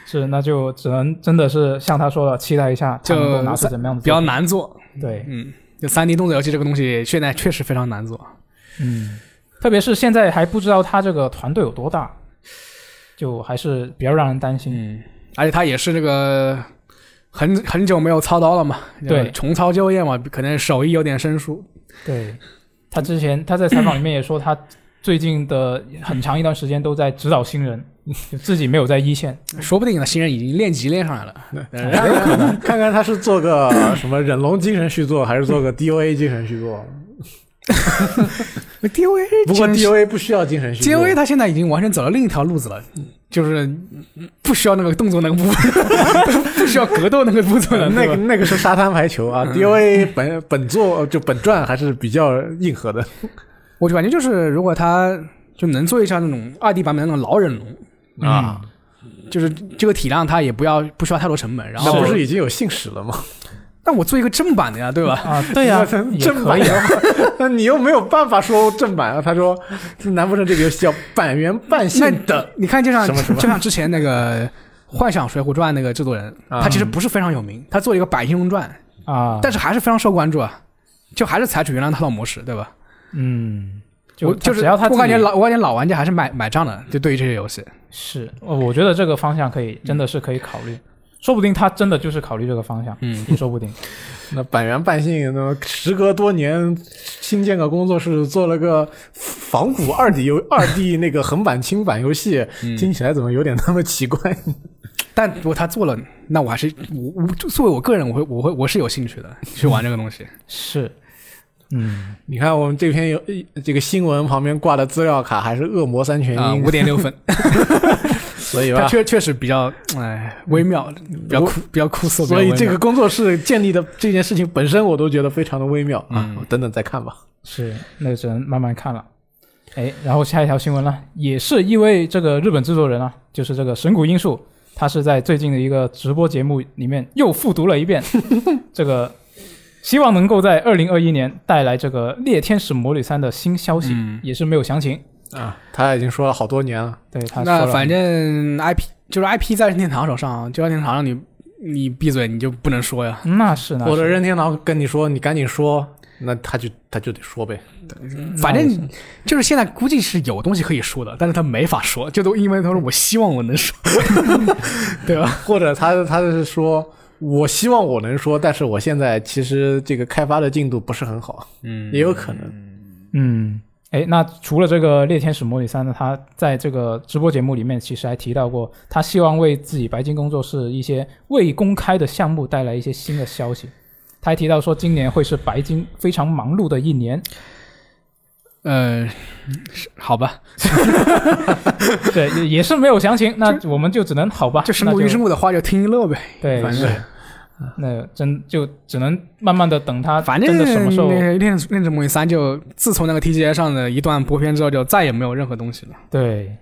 是，那就只能真的是像他说的，期待一下他能够
就
拿出怎么样的
比较
作品。
难做。
对，
嗯，就三 D 动作游戏这个东西，现在确实非常难做。
嗯，特别是现在还不知道他这个团队有多大，就还是比较让人担心。
嗯，而且它也是这个很很久没有操刀了嘛，
对
重操旧业嘛，可能手艺有点生疏。
对他之前他在采访里面也说，他最近的很长一段时间都在指导新人， 就自己没有在一线。
说不定呢，新人已经练级练上来了。
也有可能， 看看他是做个什么忍龙精神续作，还是做个 DOA 精神续作。
D O A，
不过 DOA 不需要精神续
D
作
O A 他现在已经完全走了另一条路子了，就是不需要那个动作那个部分， 不需要格斗那个部分了。
呃那
对吧嗯
个那个是沙滩排球啊，DOA 本本作呃就本传还是比较硬核
哦
的。
我就感觉就是，如果他就能做一下那种二 D 版本的那种老忍龙，
啊、
就是这个体量，他也不要不需要太多成本。然
那
后
不，是已经有信使了吗？
那我做一个正版的呀，对吧？
啊，对呀、也
正
可
版
以啊。
的话， 那你又没有办法说正版啊。他说，难不成这个游戏叫板垣半信
那
的？
你看，就像
什么什么
就像之前那个《幻想水浒传》那个制作人，
啊
他其实不是非常有名，他做了一个《百英雄传》，
啊，
但是还是非常受关注啊，就还是采取原来那套模式，对吧？
嗯，就
我就
只
是
要他
我
自
感觉
己
老我感觉老玩家还是买买账的，就对于这些游戏，
是，呃我觉得这个方向可以，真的是可以考虑，说不定他真的就是考虑这个方向，
嗯，
也说不定。
那板垣半信，那么时隔多年新建个工作室，做了个仿古二 D 游二 D 那个横版轻版游戏，
嗯
听起来怎么有点那么奇怪？
但如果他做了，那我还是我我作为我个人，我会我会我是有兴趣的去玩这个东西。
是，嗯，
你看我们这篇有这个新闻旁边挂的资料卡还是恶魔三全
啊，
英，
五点六分，
所以
它
嗯吧，
确确实比较哎微妙，比较酷，比较酷涩。
所以
比较微
这
妙
个工作室建立的这件事情本身，我都觉得非常的微妙啊。
嗯
我等等再看吧。
是，那就只能慢慢看了。哎，然后下一条新闻呢，也是因为这个日本制作人啊，就是这个神谷英树，他是在最近的一个直播节目里面又复读了一 遍这个，希望能够在二零二一年带来这个《猎天使魔女三》的新消息，
嗯
也是没有详情。
啊，他已经说了好多年了，
对他说
那
了
反正 IP 就是 IP 在任天堂手上，就任天堂让你你闭嘴，你就不能说呀。
嗯那是那
或者
是，
任天堂跟你说你赶紧说，那他就他就得说呗。
嗯
反正就是现在估计是有东西可以说的，但是他没法说，就都因为他说我希望我 能说，对啊吧？
或者他他是说，我希望我能说，但是我现在其实这个开发的进度不是很好，
嗯
也有可能。
嗯，哎，那除了这个《猎天使魔女三》呢，他在这个直播节目里面其实还提到过，他希望为自己白金工作室一些未公开的项目带来一些新的消息。他还提到说，今年会是白金非常忙碌的一 年。
呃，是好吧，
对，也也是没有详情，那我们就只能好吧，
就神
那
木云之木的话就听一乐呗。
对，
反正
是那真就只能慢慢的等他，
反
真的
正
什么时候
那个练练之魔女三就自从那个 TGA 上的一段播片之后，就再也没有任何东西了。
对，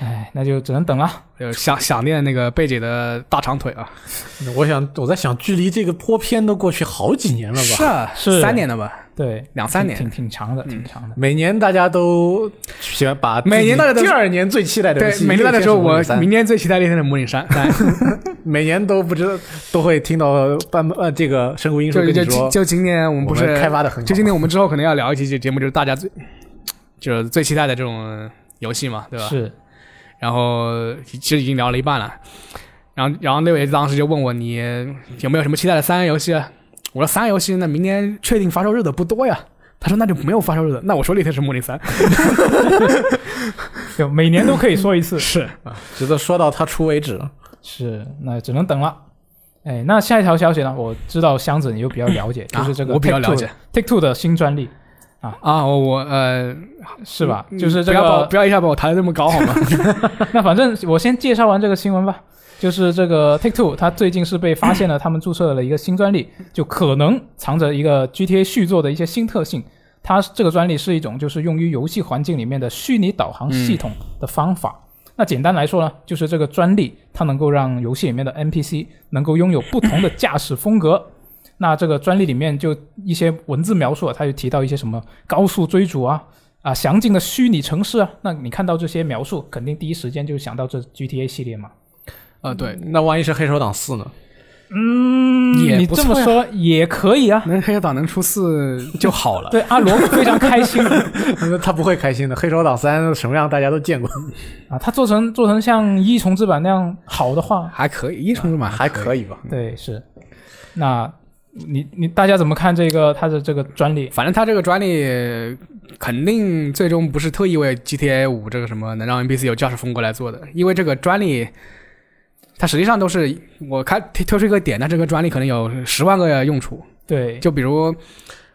哎，那就只能等了。
就想想念那个贝姐的大长腿啊，
我想我在想，距离这个播片都过去好几年了吧？
啊，
是
三年了吧，
对，
两三
挺
年。嗯
挺挺长的，挺长的。
每年大家都喜欢把自己
每年大家都
第二年最期待的游
对
戏，
每天在
的
说，我明天最期待《猎天的模拟山》但，
每年都不知道都会听到半呃这个神谷英树
就
跟
就
你
就
说，
就今年我们不是
开发的很好，
就今天我们之后可能要聊一期节节目，就是大家最就是最期待的这种游戏嘛，对吧？
是，
然后其实已经聊了一半了，然后，然后六爷当时就问我你有没有什么期待的三 A 游戏啊？我说三 A 游戏那明年确定发售日的不多呀。他说那就没有发售日的。那我手里头是《魔力三》，。
就每年都可以说一次
是
只能说到它出为止。
是，那只能等了。哎，那下一条消息呢？我知道箱子你又比较了 解，就是这个
啊我比较
Take
了
Two
解
Take Two 的新专利
啊。我我呃，嗯
是吧？就是这
不要把我
个
不要一下把我抬得这么高好 吗？
那反正我先介绍完这个新闻吧。就是这个 Take Two，它最近是被发现了，他们注册了一个新专利，就可能藏着一个 GTA 续作的一些新特性。它这个专利是一种就是用于游戏环境里面的虚拟导航系统的方法。那简单来说呢，就是这个专利它能够让游戏里面的 NPC 能够拥有不同的驾驶风格。那这个专利里面就一些文字描述啊，它就提到一些什么高速追逐啊，啊，详尽的虚拟城市啊，那你看到这些描述，肯定第一时间就想到这 GTA 系列嘛。
啊，对，
那万一是黑手党四呢？
嗯
也
你
不
这么
错
说
呀
也可以啊。
能黑手党能出四就好了。
对，阿罗非常开心
那他不会开心的。黑手党三什么样大家都见过，
啊，他做成做成像一重制版那样好的话，
啊还可以，一重制版
还
可以。
可以吧？
对，是。那你你大家怎么看这个他的这个专利？
反正他这个专利呃肯定最终不是特意为 GTA 五这个什么能让 NPC 有驾驶风格来做的，因为这个专利，它实际上都是我看推推出一个点，但这个专利可能有十万个用处。
对，
就比如，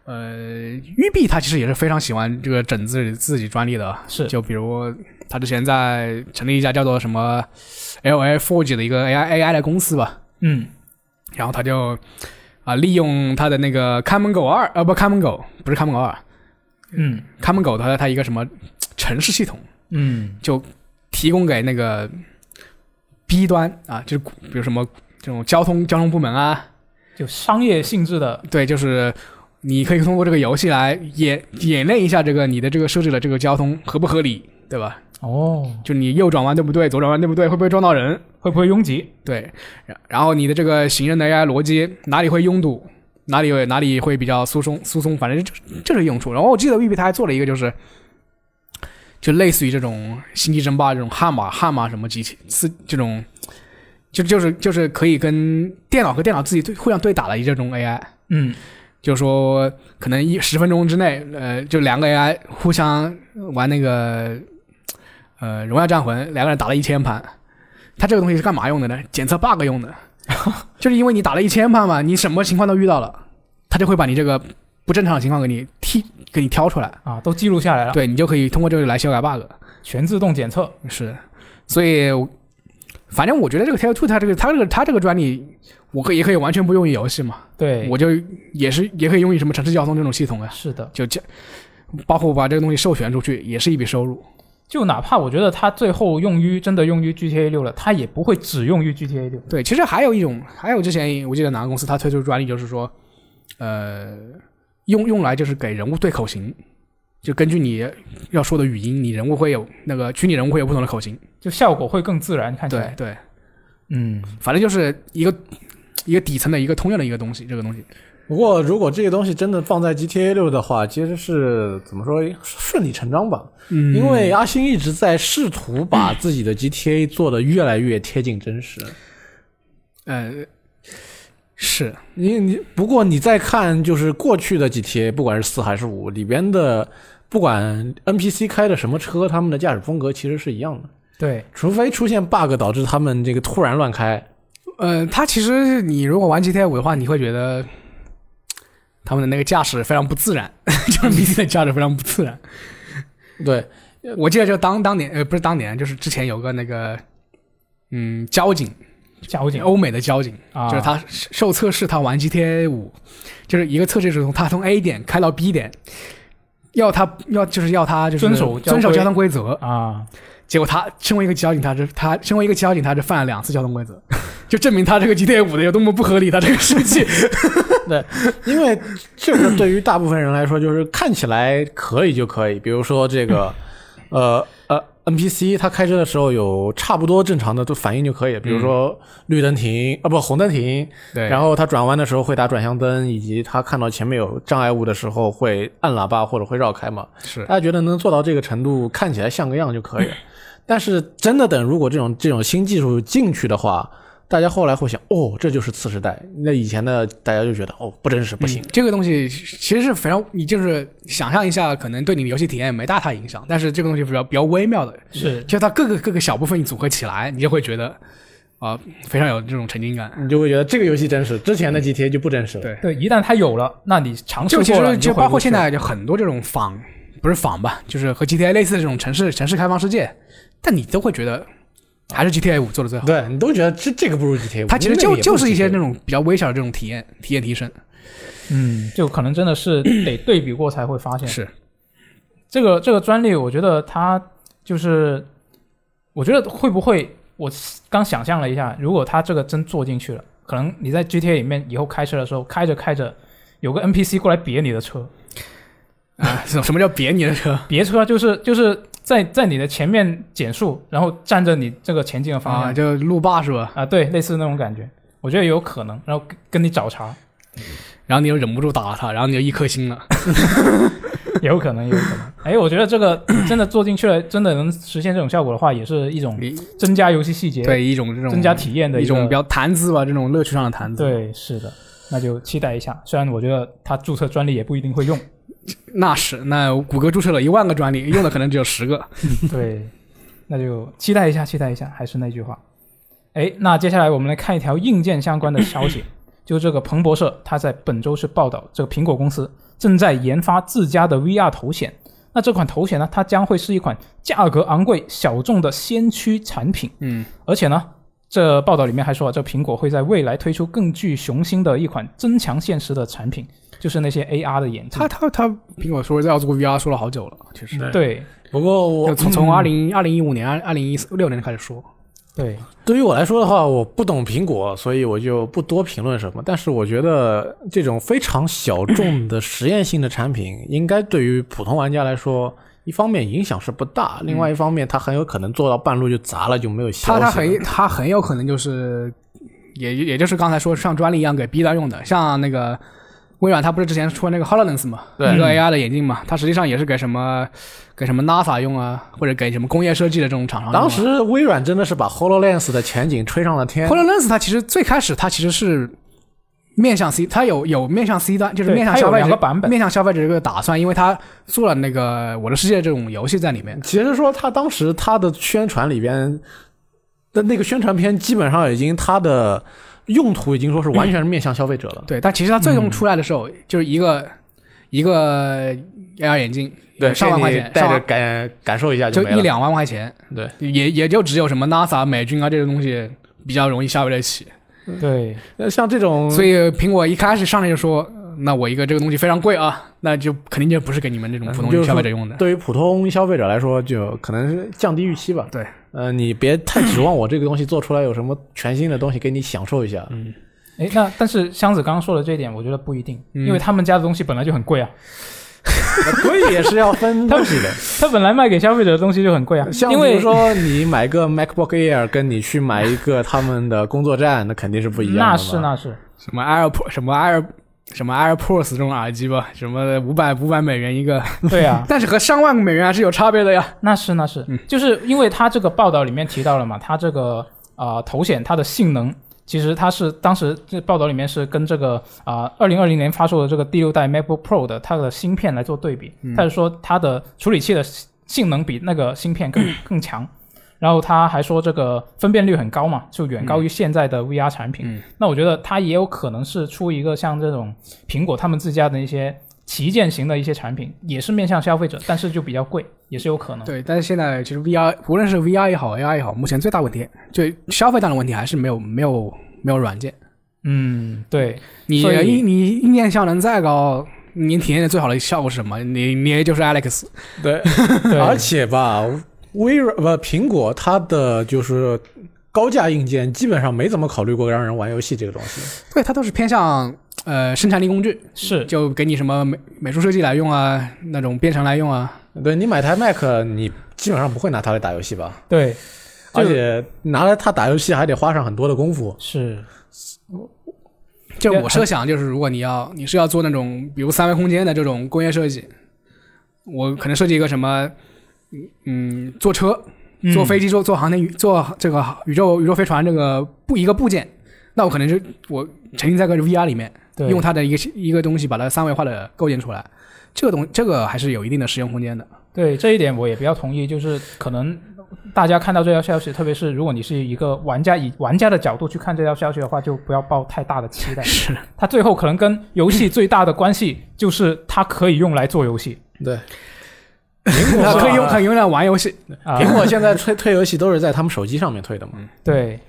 呃，育碧它其实也是非常喜欢这个整自己自己专利的，
是
就比如他之前在成立一家叫做什么呃 LA Forge 的一个 AI AI 的公司吧，
嗯，
然后他就啊、利用他的那个看门狗二，呃不看门狗不是看门狗二。
嗯
看门狗它它一个什么城市系统，
嗯
就提供给那个 B 端啊，就是比如什么这种交通交通部门啊，
就商业性质的，
对，就是你可以通过这个游戏来演演练一下这个你的这个设置的这个交通合不合理，对吧？
哦，
就你右转弯对不对，左转弯对不对，会不会撞到人？
会不会拥挤？
对，然然后你的这个行人的 AI 逻辑哪里会拥堵，哪里有哪里会比较疏松疏松，反正这这是用处。然后我记得 V B 它还做了一个就是，就类似于这种星际争霸这种悍马悍马什么机器是这种，就就是就是可以跟电脑和电脑自己对互相对打的这种 AI。
嗯
就说可能一十分钟之内，呃，就两个 AI 互相玩那个呃《荣耀战魂》，两个人打了一千盘。它这个东西是干嘛用的呢？检测 bug 用的，就是因为你打了一千盘嘛，你什么情况都遇到了，它就会把你这个不正常的情况给你剔给你挑出来，
啊，都记录下来了，
对你就可以通过这个来修改 bug。
全自动检测。
是，所以我反正我觉得这个 Tail Two 它这个它这个它这个专利，我可以也可以完全不用于游戏嘛，
对，
我就也是也可以用于什么城市交通这种系统啊。
是的。
就这，包括把这个东西授权出去，也是一笔收入。
就哪怕我觉得它最后用于真的用于 GTA 六了，它也不会只用于 GTA 六。
对，其实还有一种，还有之前我记得哪个公司它推出专利，就是说，呃，用用来就是给人物对口型，就根据你要说的语音，你人物会有那个虚拟人物会有不同的口型。
就效果会更自然看起
对
来。
对，
哎嗯，
反正就是一个一个底层的一个通用的一个东西，这个东西。
不过如果这个东西真的放在 GTA 六的话，其实是怎么说顺理成章吧？
嗯
因为阿星一直在试图把自己的 GTA 做的越来越贴近真实。
呃是
你你不过你再看就是过去的 GTA，不管是四还是五里边的，不管 NPC 开的什么车，他们的驾驶风格其实是一样的，
对，
除非出现 bug 导致他们这个突然乱开。
呃，它其实你如果玩 GTA 五的话，你会觉得他们的那个驾驶非常不自然， 就是明星的驾驶非常不自然。
对，
我记得就当当年呃不是当年，就是之前有个那个嗯交警，
交警
欧美的交警，
啊，
哦就是他受测试，他玩 GTA 五，就是一个测试是从他从 A 点开到 B 点，要他要就是要他就是
遵守交
遵守
规
交通规则，
啊，
结果他身为一个交警，他这他身为一个交警，他这犯了两次交通规则， 就证明他这个 GTA 五的有多么不合理，他这个设计
因为这个对于大部分人来说，就是看起来可以就可以。比如说这个，呃呃，NPC 他开车的时候有差不多正常的都反应就可以了，比如说绿灯停啊、不红灯停，
对
然后他转弯的时候会打转向灯，以及他看到前面有障碍物的时候会按喇叭或者会绕开嘛。
是
大家觉得能做到这个程度，看起来像个样就可以了。但是真的等如果这种这种新技术进去的话，大家后来会想，哦，这就是次时代。那以前的大家就觉得，哦，不真实，不行。
嗯这个东西其实是非常，你就是想象一下，可能对你的游戏体验也没大太影响，但是这个东西比较比较微妙的，
是
就它各个各个小部分组合起来，你就会觉得啊、非常有这种沉浸感。
你就会觉得这个游戏真实，之前的 GTA 就不真实了。
嗯对
对，一旦它有了，那你尝试
就其
过了，
实
你就
就
回
包
不
括
去
现
了
在就很多这种仿，不是仿吧，就是和 GTA 类似的这种城市城市开放世界，但你都会觉得还是 GTA 五做的最好。
对，你都觉得这这个不如 GTA 五。
它其实
那个
就
也不
就是一些
GTA
那种比较微小的这种体验体验提升。
嗯，就可能真的是 得对比过才会发现。
是，
这个这个专利，我觉得它就是，我觉得会不会，我刚想象了一下，如果它这个真做进去了，可能你在 GTA 里面以后开车的时候，开着开着，有个 NPC 过来别你的车，
啊，什么什么叫别你的车？
别车就是就是在在你的前面减速，然后占着你这个前进的方向
啊，就路霸是吧？
啊对，类似那种感觉，我觉得有可能，然后跟跟你找 茬，
然后你又忍不住打了他，然后你就一颗星了。
有可能，有可能。哎，我觉得这个 真的做进去了，真的能实现这种效果的话，也是一种
你
增加游戏细节、
对一种这种
增加体验的
一
个
种比较谈资吧，这种乐趣上的谈资。，
对，是的，那就期待一下。虽然我觉得他注册专利也不一定会用，
那是那谷歌注册了一万个专 利，用的可能只有十个。
对，那就期待一下，期待一下。还是那句话，哎，那接下来我们来看一条硬件相关的消息，就这个彭博社，他在本周是报道，这个苹果公司正在研发自家的 VR 头显。那这款头显呢，它将会是一款价格昂贵、小众的先驱产品。
嗯，
而且呢，这报道里面还说啊，这苹果会在未来推出更具雄心的一款增强现实的产品，就是那些 AR 的眼镜
他。他他，苹果说要做 VR 说了好久了，其实。
对
不过我
就从从二零二零一五年、二零一六年开始说，
对，
对于我来说的话，我不懂苹果，所以我就不多评论什么。但是我觉得这种非常小 众的实验性的产品，应该对于普通玩家来说，一方面影响是不大，
嗯
另外一方面它很有可能做到半路就砸了，就没有消
他
息了。
他很他很有可能就是，也也就是刚才说像专利一样给逼他用的，像那个微软，它不是之前出那个 HoloLens 嘛，
对
一个 AR 的眼镜嘛，它实际上也是给什么给什么 NASA 用啊，或者给什么工业设计的这种厂商用啊。
当时微软真的是把 HoloLens 的前景吹上了天。
HoloLens 它其实最开始它其实是面向 C，它有有面向 C 端，就是
对
面向
它有
消费
两
者
个版本
面向消费者这个打算，因为它做了那个《我的世界》这种游戏在里面。
其实说他当时他的宣传里边的那个宣传片，基本上已经他的用途已经说是完全是面向消费者了。
对，但其实它最终出来的时候，就是一个一个 AR 眼镜，上万块钱，
带
上
着
万
感感受一下
就
没了。
一两万块钱，
对，
也也就只有什么 NASA、美军啊这种东西比较容易消费得起。
对，
那像这种，
所以苹果一开始上来就说，呃那我一个这个东西非常贵啊，那就肯定就不是给你们这种普
就
通
是
消费者用的。
对于普通消费者来说，就可能是降低预期吧。
对，
呃，你别太指望我这个东西做出来有什么全新的东西给你享受一下。
哎，那但是箱子刚刚说的这一点，我觉得不一定，因
嗯
为他们家的东西本来就很贵啊，
所以也是要分东西的。
他本来卖给消费者的东西就很贵啊，
呃像
因
比如
为
说你买个 MacBook Air，跟你去买一个他们的工作站，那肯定是不一样的嘛。
那是那是，
什么 AirPod 什么 Air 什么 AirPods 这种耳机吧，什么五百五百美元一个，
对啊，
但是和上万美元还是有差别的呀。
那是那是，就是因为它这个报道里面提到了嘛，它这个啊头显它的性能，其实它是当时这报道里面是跟这个啊二零二零年发售的这个第六代 MacBook Pro 的它的芯片来做对比，它是说它的处理器的性能比那个芯片更更强。然后他还说这个分辨率很高嘛，就远高于现在的 VR 产品。
嗯
那我觉得它也有可能是出一个像这种苹果他们自家的一些旗舰型的一些产品，也是面向消费者，但是就比较贵，也是有可能。
对，但是现在其实 VR 无论是 VR 也好，AR 也好，目前最大问题就消费端的问题还是没有没有没有软件。
嗯，对，
你
所以
硬你硬件效能再高，你体验的最好的效果是什么？你你也就是 Alex，
对，
对
而且吧，微软不苹果它的就是高价硬件基本上没怎么考虑过让人玩游戏这个东西。
对，它都是偏向呃生产力工具，
是
就给你什么美美术设计来用啊，那种编程来用啊。
对你买台 Mac，你基本上不会拿它来打游戏吧？
对，
而
就
且拿来它打游戏还得花上很多的功夫。
是
就我设想就是，如果你要你是要做那种比如三维空间的这种工业设计，我可能设计一个什么，嗯，坐车
嗯
坐飞机、坐坐航天宇、坐这个宇宙宇宙飞船这个部一个部件，那我可能就我沉浸在个 VR 里面，
对
用它的一个一个东西把它三维化的构建出来，这个东这个还是有一定的实用空间的。
对这一点我也比较同意，就是可能大家看到这条消息，特别是如果你是一个玩家以玩家的角度去看这条消息的话，就不要抱太大的期待。
是，
它最后可能跟游戏最大的关系就是它可以用来做游戏
对，
它可以 用很用来玩游戏，
啊。
苹果现在推推游戏都是在他们手机上面推的嘛。
嗯对，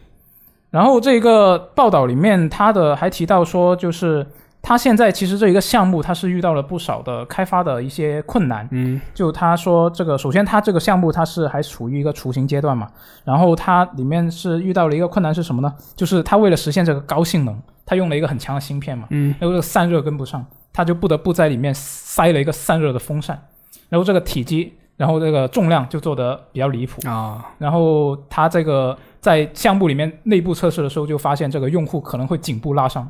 然后这个报道里面，他的还提到说，就是他现在其实这一个项目，他是遇到了不少的开发的一些困难。
嗯，
就他说这个，首先他这个项目它是还处于一个雏形阶段嘛，然后它里面是遇到了一个困难是什么呢？就是它为了实现这个高性能，它用了一个很强的芯片嘛，
嗯，
然后这个散热跟不上，它就不得不在里面塞了一个散热的风扇，然后这个体积，然后这个重量就做得比较离谱。
啊，
然后它这个在项目里面内部测试的时候，就发现这个用户可能会颈部拉伤，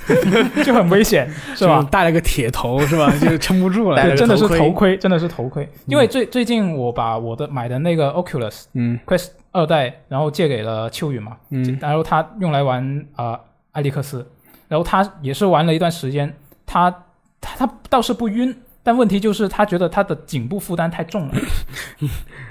就很危险，是吧？？
戴了个铁头是吧？就撑不住
戴
对，
了
了。个
真的是
头盔嗯
头盔，真的是头盔。因为最最近我把我的买的那个 Oculus
嗯
Quest 二代，然后借给了秋雨嘛，
嗯
然后他用来玩啊、呃艾利克斯，然后他也是玩了一段时间，他他他倒是不晕，但问题就是他觉得他的颈部负担太 重了，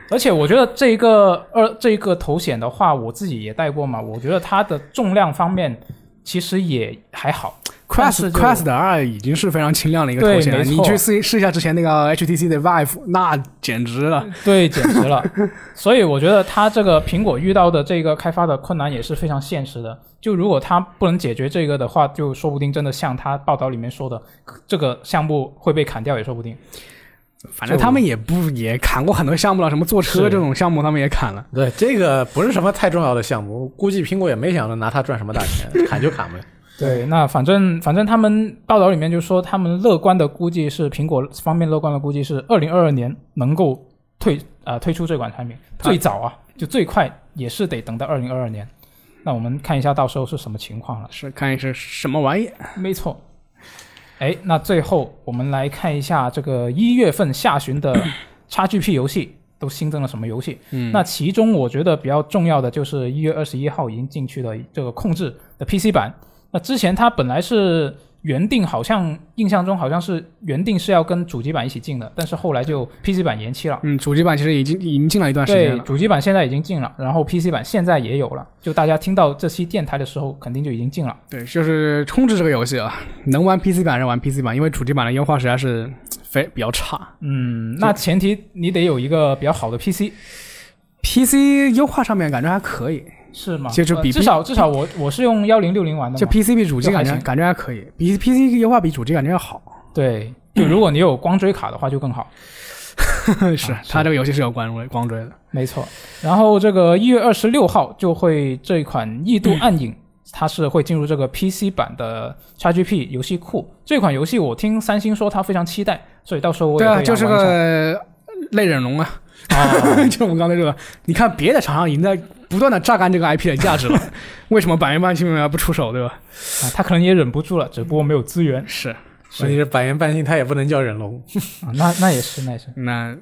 而且我觉得这一个二这一个头显的话，我自己也戴过嘛，我觉得它的重量方面其实也还好，但是
，Quest
就
Quest 二已经是非常轻量的一个头显了，
对没错
你去试试一下之前那个 HTC 的 Vive，那简直了。
对，简直了。 所以我觉得它这个苹果遇到的这个开发的困难也是非常现实的。就如果它不能解决这个的话，就说不定真的像它报道里面说的，这个项目会被砍掉也说不定。
反正他们也不也砍过很多项目了，什么坐车
是
这种项目他们也砍了。
对，这个不是什么太重要的项目，估计苹果也没想着拿它赚什么大钱，砍 就砍呗。
对，那反正反正他们报道里面就说，他们乐观的估计是苹果方面乐观的估计是二零二二年能够推呃推出这款产品，
它
最早啊就最快也是得等到二零二二年。那我们看一下到时候是什么情况了。
是看是什么玩意？
没错。哎，那最后我们来看一下这个一月份下旬 的 XGP 游戏都新增了什么游戏。嗯，那其中我觉得比较重要的就是一月二十一号已经进去的这个控制的 PC 版。那之前它本来是原定好像印象中好像是原定是要跟主机版一起进的，但是后来就 PC 版延期了。
嗯，主机版其实已经已经进了一段时间
对，
了。
主机版现在已经进了，然后 PC 版现在也有了。就大家听到这期电台的时候，肯定就已经进了。
对，就是充值这个游戏啊，能玩 PC 版还是玩 PC 版，因为主机版的优化实在是非比较差。
嗯，那前提你得有一个比较好的 PC，
PC 优化上面感觉还可以，
是吗？
就就比
呃至少至少我我是用幺零六零玩的嘛，
就 PC 比主机感
嗯就
觉
还行
感觉还可以，比 PC 优化比主机感觉 要好。
对，就如果你有光追卡的话就更好，啊
是，它这个游戏是有光追光追的。
没错。然后这个一月二十六号就会这款《异度暗影》它是会进入这个 PC 版的 XGP 游戏库。这款游戏我听三星说它非常期待，所以到时候我
对
也
啊，
会
就是
来玩一下
个类忍龙啊，
啊，
就我们刚才说的，你看别的厂商已经在不断的榨干这个 IP 的价值了， 为什么板垣半新还不出手，对吧？
啊他可能也忍不住了，只不过没有资源。
是，
问题是百元半信，它也不能叫忍龙。
啊、那那也是，那也是。
那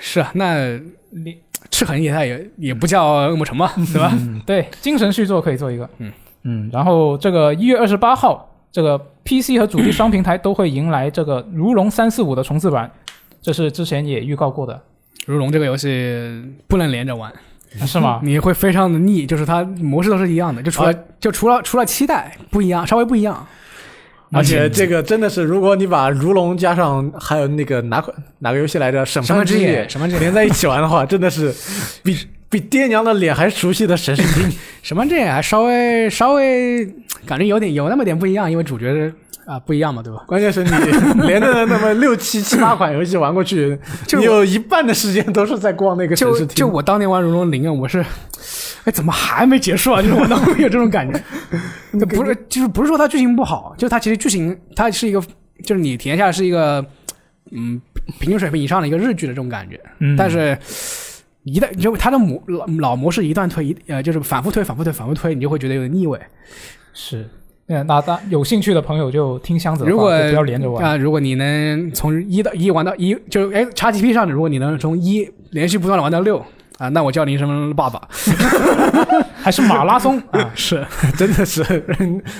是啊，那
你
赤痕也在也也不叫恶魔城嘛，对 吧？
嗯，对，精神续作可以做一个。
嗯
嗯，然后这个一月二十八号，这个 PC 和主机双平台都会迎来这个《如龙三四五》的重置版，这是之前也预告过的，
如龙这个游戏不能连着玩，
是吗？
你会非常的腻，就是它模式都是一样的，就除
啊
了、就除了除了期待不一样，稍微不一样。
而且这个真的是，如果你把如龙加上还有那个哪款哪个游戏来着，审判之
野，
夜
什么之
连在一起玩的话，真的是比比爹娘的脸还熟悉的神神经。
什么这还稍微稍微感觉有点有那么点不一样，因为主角是啊、不一样嘛，对吧？
关键是你连着那么六七七八款游戏玩过去，
就
你有一半的时间都是在逛那个城
就
市厅。
就我当年玩《如龙零》啊，我是，哎，怎么还没结束啊？就是我当时有这种感觉，不是，就是不是说它剧情不好，就是它其实剧情它是一个，就是你体验下来是一个，嗯，平均水平以上的一个日剧的这种感觉，
嗯，
但是。一旦就它的模老老模式一旦推一呃就是反复推反复推反复推，你就会觉得有点腻味。
是。那那大有兴趣的朋友就听箱子的话，
如果
就不要连着玩。
啊、如果你能从一到一玩到一，就是哎 XGP 上的，如果你能从一连续不断的玩到六，啊，那我叫你一声爸爸，
还是马拉松啊？
是
真的是，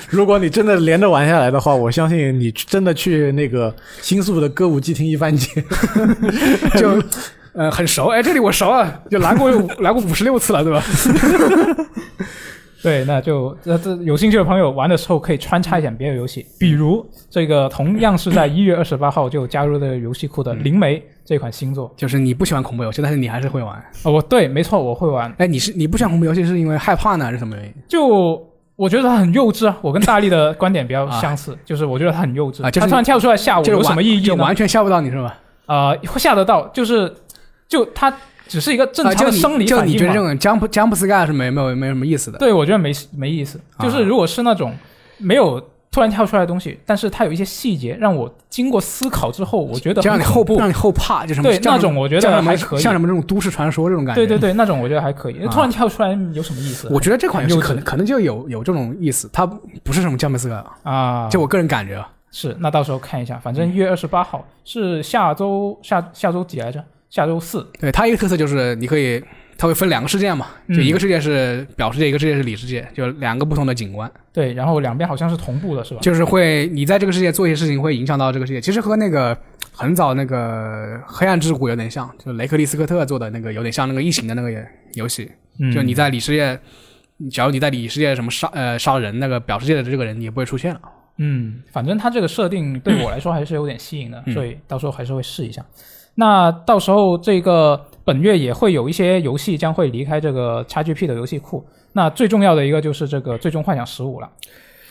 如果你真的连着玩下来的话，我相信你真的去那个新宿的歌舞伎町一番街，
就呃很熟，哎，这里我熟啊，就来过来过五 十六次了，对吧？
对，那就这这有兴趣的朋友玩的时候可以穿插一点别的游戏，比如这个同样是在一月二十八号就加入的游戏库的《灵媒》这款新作
就是你不喜欢恐怖游戏，但是你还是会玩。
啊、我对，没错，我会玩。
哎，你是你不喜欢恐怖游戏是因为害怕呢，还是什么原因
就我觉得它很幼稚啊，我跟大力的观点比 较相似，就是我觉得它很幼稚
啊啊就是
它突然跳出来吓我
就
有
是完
什么意义
就
呢
完？全吓不到你是吧？
啊、会吓得到，就是就它只是一个正
啊，
常
就
的
你
生理
就
反
你
应
觉得
嘛
这。种 jump jump scare 是没没有没有什么意思的。
对，我觉得没没意思。
啊
就是如果是那种没有突然跳出来的东西，但是它有一些细节让我经过思考之后，我觉得
就让
很
你
恐
后
怖。
让你后怕，就什么
对
像
那种我觉得
像什
还
么
可以
像什么这种都市传说这种感觉。啊
对对对，那种我觉得还可以。突然跳出来有什么意思？啊
我觉得这款游戏
很幼稚
可能可能就有有这种意思，它不是什么 jump scare，
啊，
就我嗯个人感觉啊，
是那到时候看一下，反正一月二十八号是下周下下周几来着？下周四。
对它一个特色就是你可以，它会分两个世界嘛，就
嗯
一个世界是表世界，一个世界是里世界，就两个不同的景观，
对，然后两边好像是同步的，是吧？
就是会你在这个世界做一些事情会影响到这个世界，其实和那个很早那个黑暗之谷有点像，就雷克利斯科特做的那个有点像那个异形的那个游戏，
嗯
就你在里世界，假如你在里世界什么杀呃杀人，那个表世界的这个人也不会出现了。
嗯，反正它这个设定对我来说还是有点吸引的，
嗯
所以到时候还是会试一下。那到时候这个本月也会有一些游戏将会离开这个 XGP 的游戏库。那最重要的一个就是这个《最终幻想十五》了，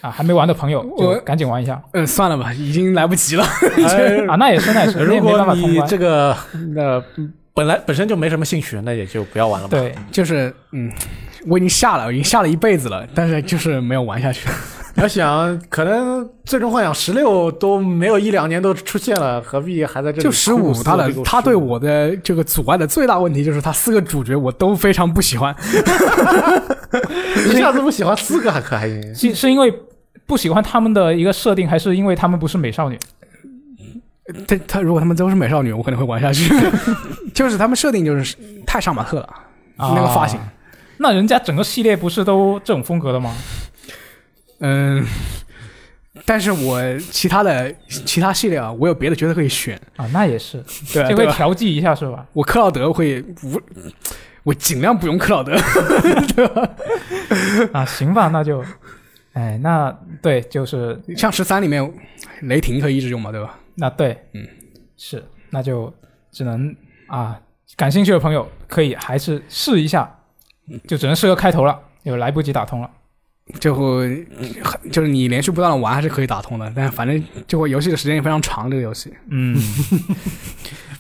啊，还没玩的朋友
我
就赶紧玩一下
嗯，算了吧， 已经来不及了。
哎
啊！那也是，那也是，那
如
也没办
果
法通
你
关。
这个那本来本身就没什么兴趣，那也就不要玩了吧。
对，
就是嗯，我已经下了，我已经下了一辈子了，但是就是没有玩下去。
你要想，可能最终幻想十六都没有一两年都出现了，何必还在这里
就十五
苦，思
他的
这个
他对
15
我的这个阻碍的最大问题就是他四个主角我都非常不喜欢。
一下子不喜欢四个还可 还行。
是是因为不喜欢他们的一个设定，还是因为他们不是美少女？
他他如果他们都是美少女，我可能会玩下 去。就是他们设定就是太杀马特了，
啊
那个发
哦
型，
那人家整个系列不是都这种风格的吗？
嗯。但是我其他的其他系列啊，我有别的角色可以选，
啊，那也是，
对啊
这
对
会
吧？
调剂一下是 吧？
我克劳德会不，我尽量不用克劳德。
啊，行吧，那就，哎，那对，就是
像十三里面，雷霆可以一直用嘛，对吧？
那对，
嗯，
是，那就只能啊，感兴趣的朋友可以还是试一下，就只能试个开头了，
嗯
就来不及打通 了。
就会就是你连续不断的玩还是可以打通的，但反正就会游戏的时间也非常长。这个游戏，
嗯，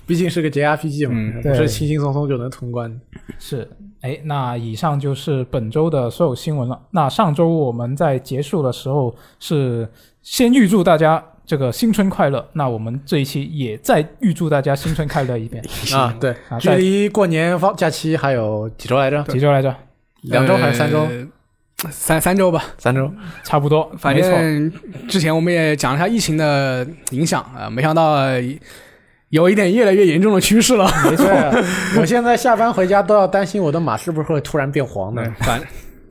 毕竟是个 JRPG 嘛
嗯，
不
对
是轻轻松松就能通关的。
是，哎，那以上就是本周的所有新闻了。那上周我们在结束的时候是先预祝大家。这个新春快乐！那我们这一期也再预祝大家新春快乐一 遍
啊，对
啊，
距
在
离过年放假期还有几周来着？
几周来着？
两周还是三周？
呃三三周吧，
三周。
差不多，
反
没错
正之前我们也讲了一下疫情的影响啊、呃没想到有一点越来越严重的趋势了。
没错，我现在下班回家都要担心我的马是不是会突然变黄呢？
反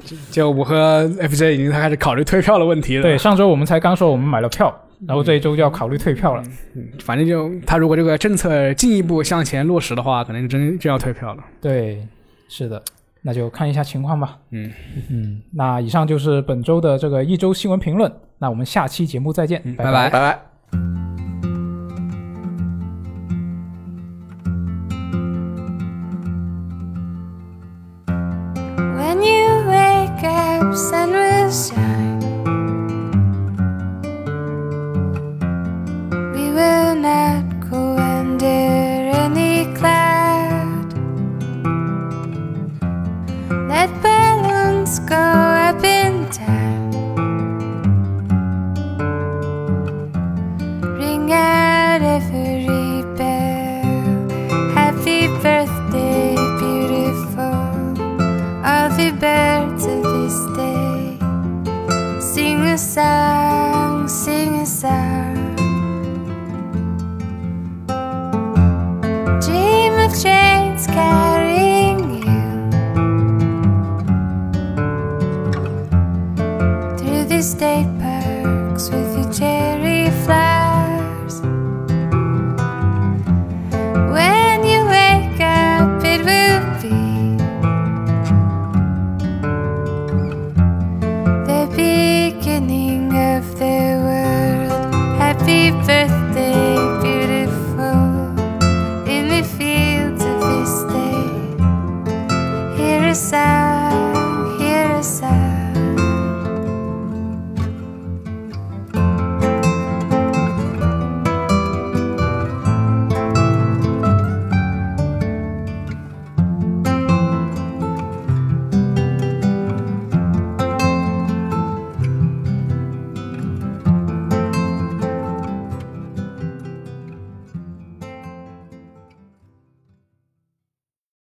就就我和 FJ 已经开始考虑退票的问题了。
对，，上周我们才刚说我们买了票，然后这一周就要考虑退票了。
反正就他如果这个政策进一步向前落实的话，可能真真要退票了。
对，是的，那就看一下情况吧。
嗯
嗯，那以上就是本周的这个一周新闻评论，那我们下期节目再见，拜
拜
拜
拜
拜拜。
When you wake up, sun will shine. We will not go under any cloud. Let balloons go up in time. Ring out every bell. Happy birthday, beautiful all the birds of this day. Sing a song, sing a song. Dream of trains carrying you state parks with your cherry flowers. When you wake up, it will be the beginning of the world. Happy birthday, beautiful, in the fields of this day. Hear a sound.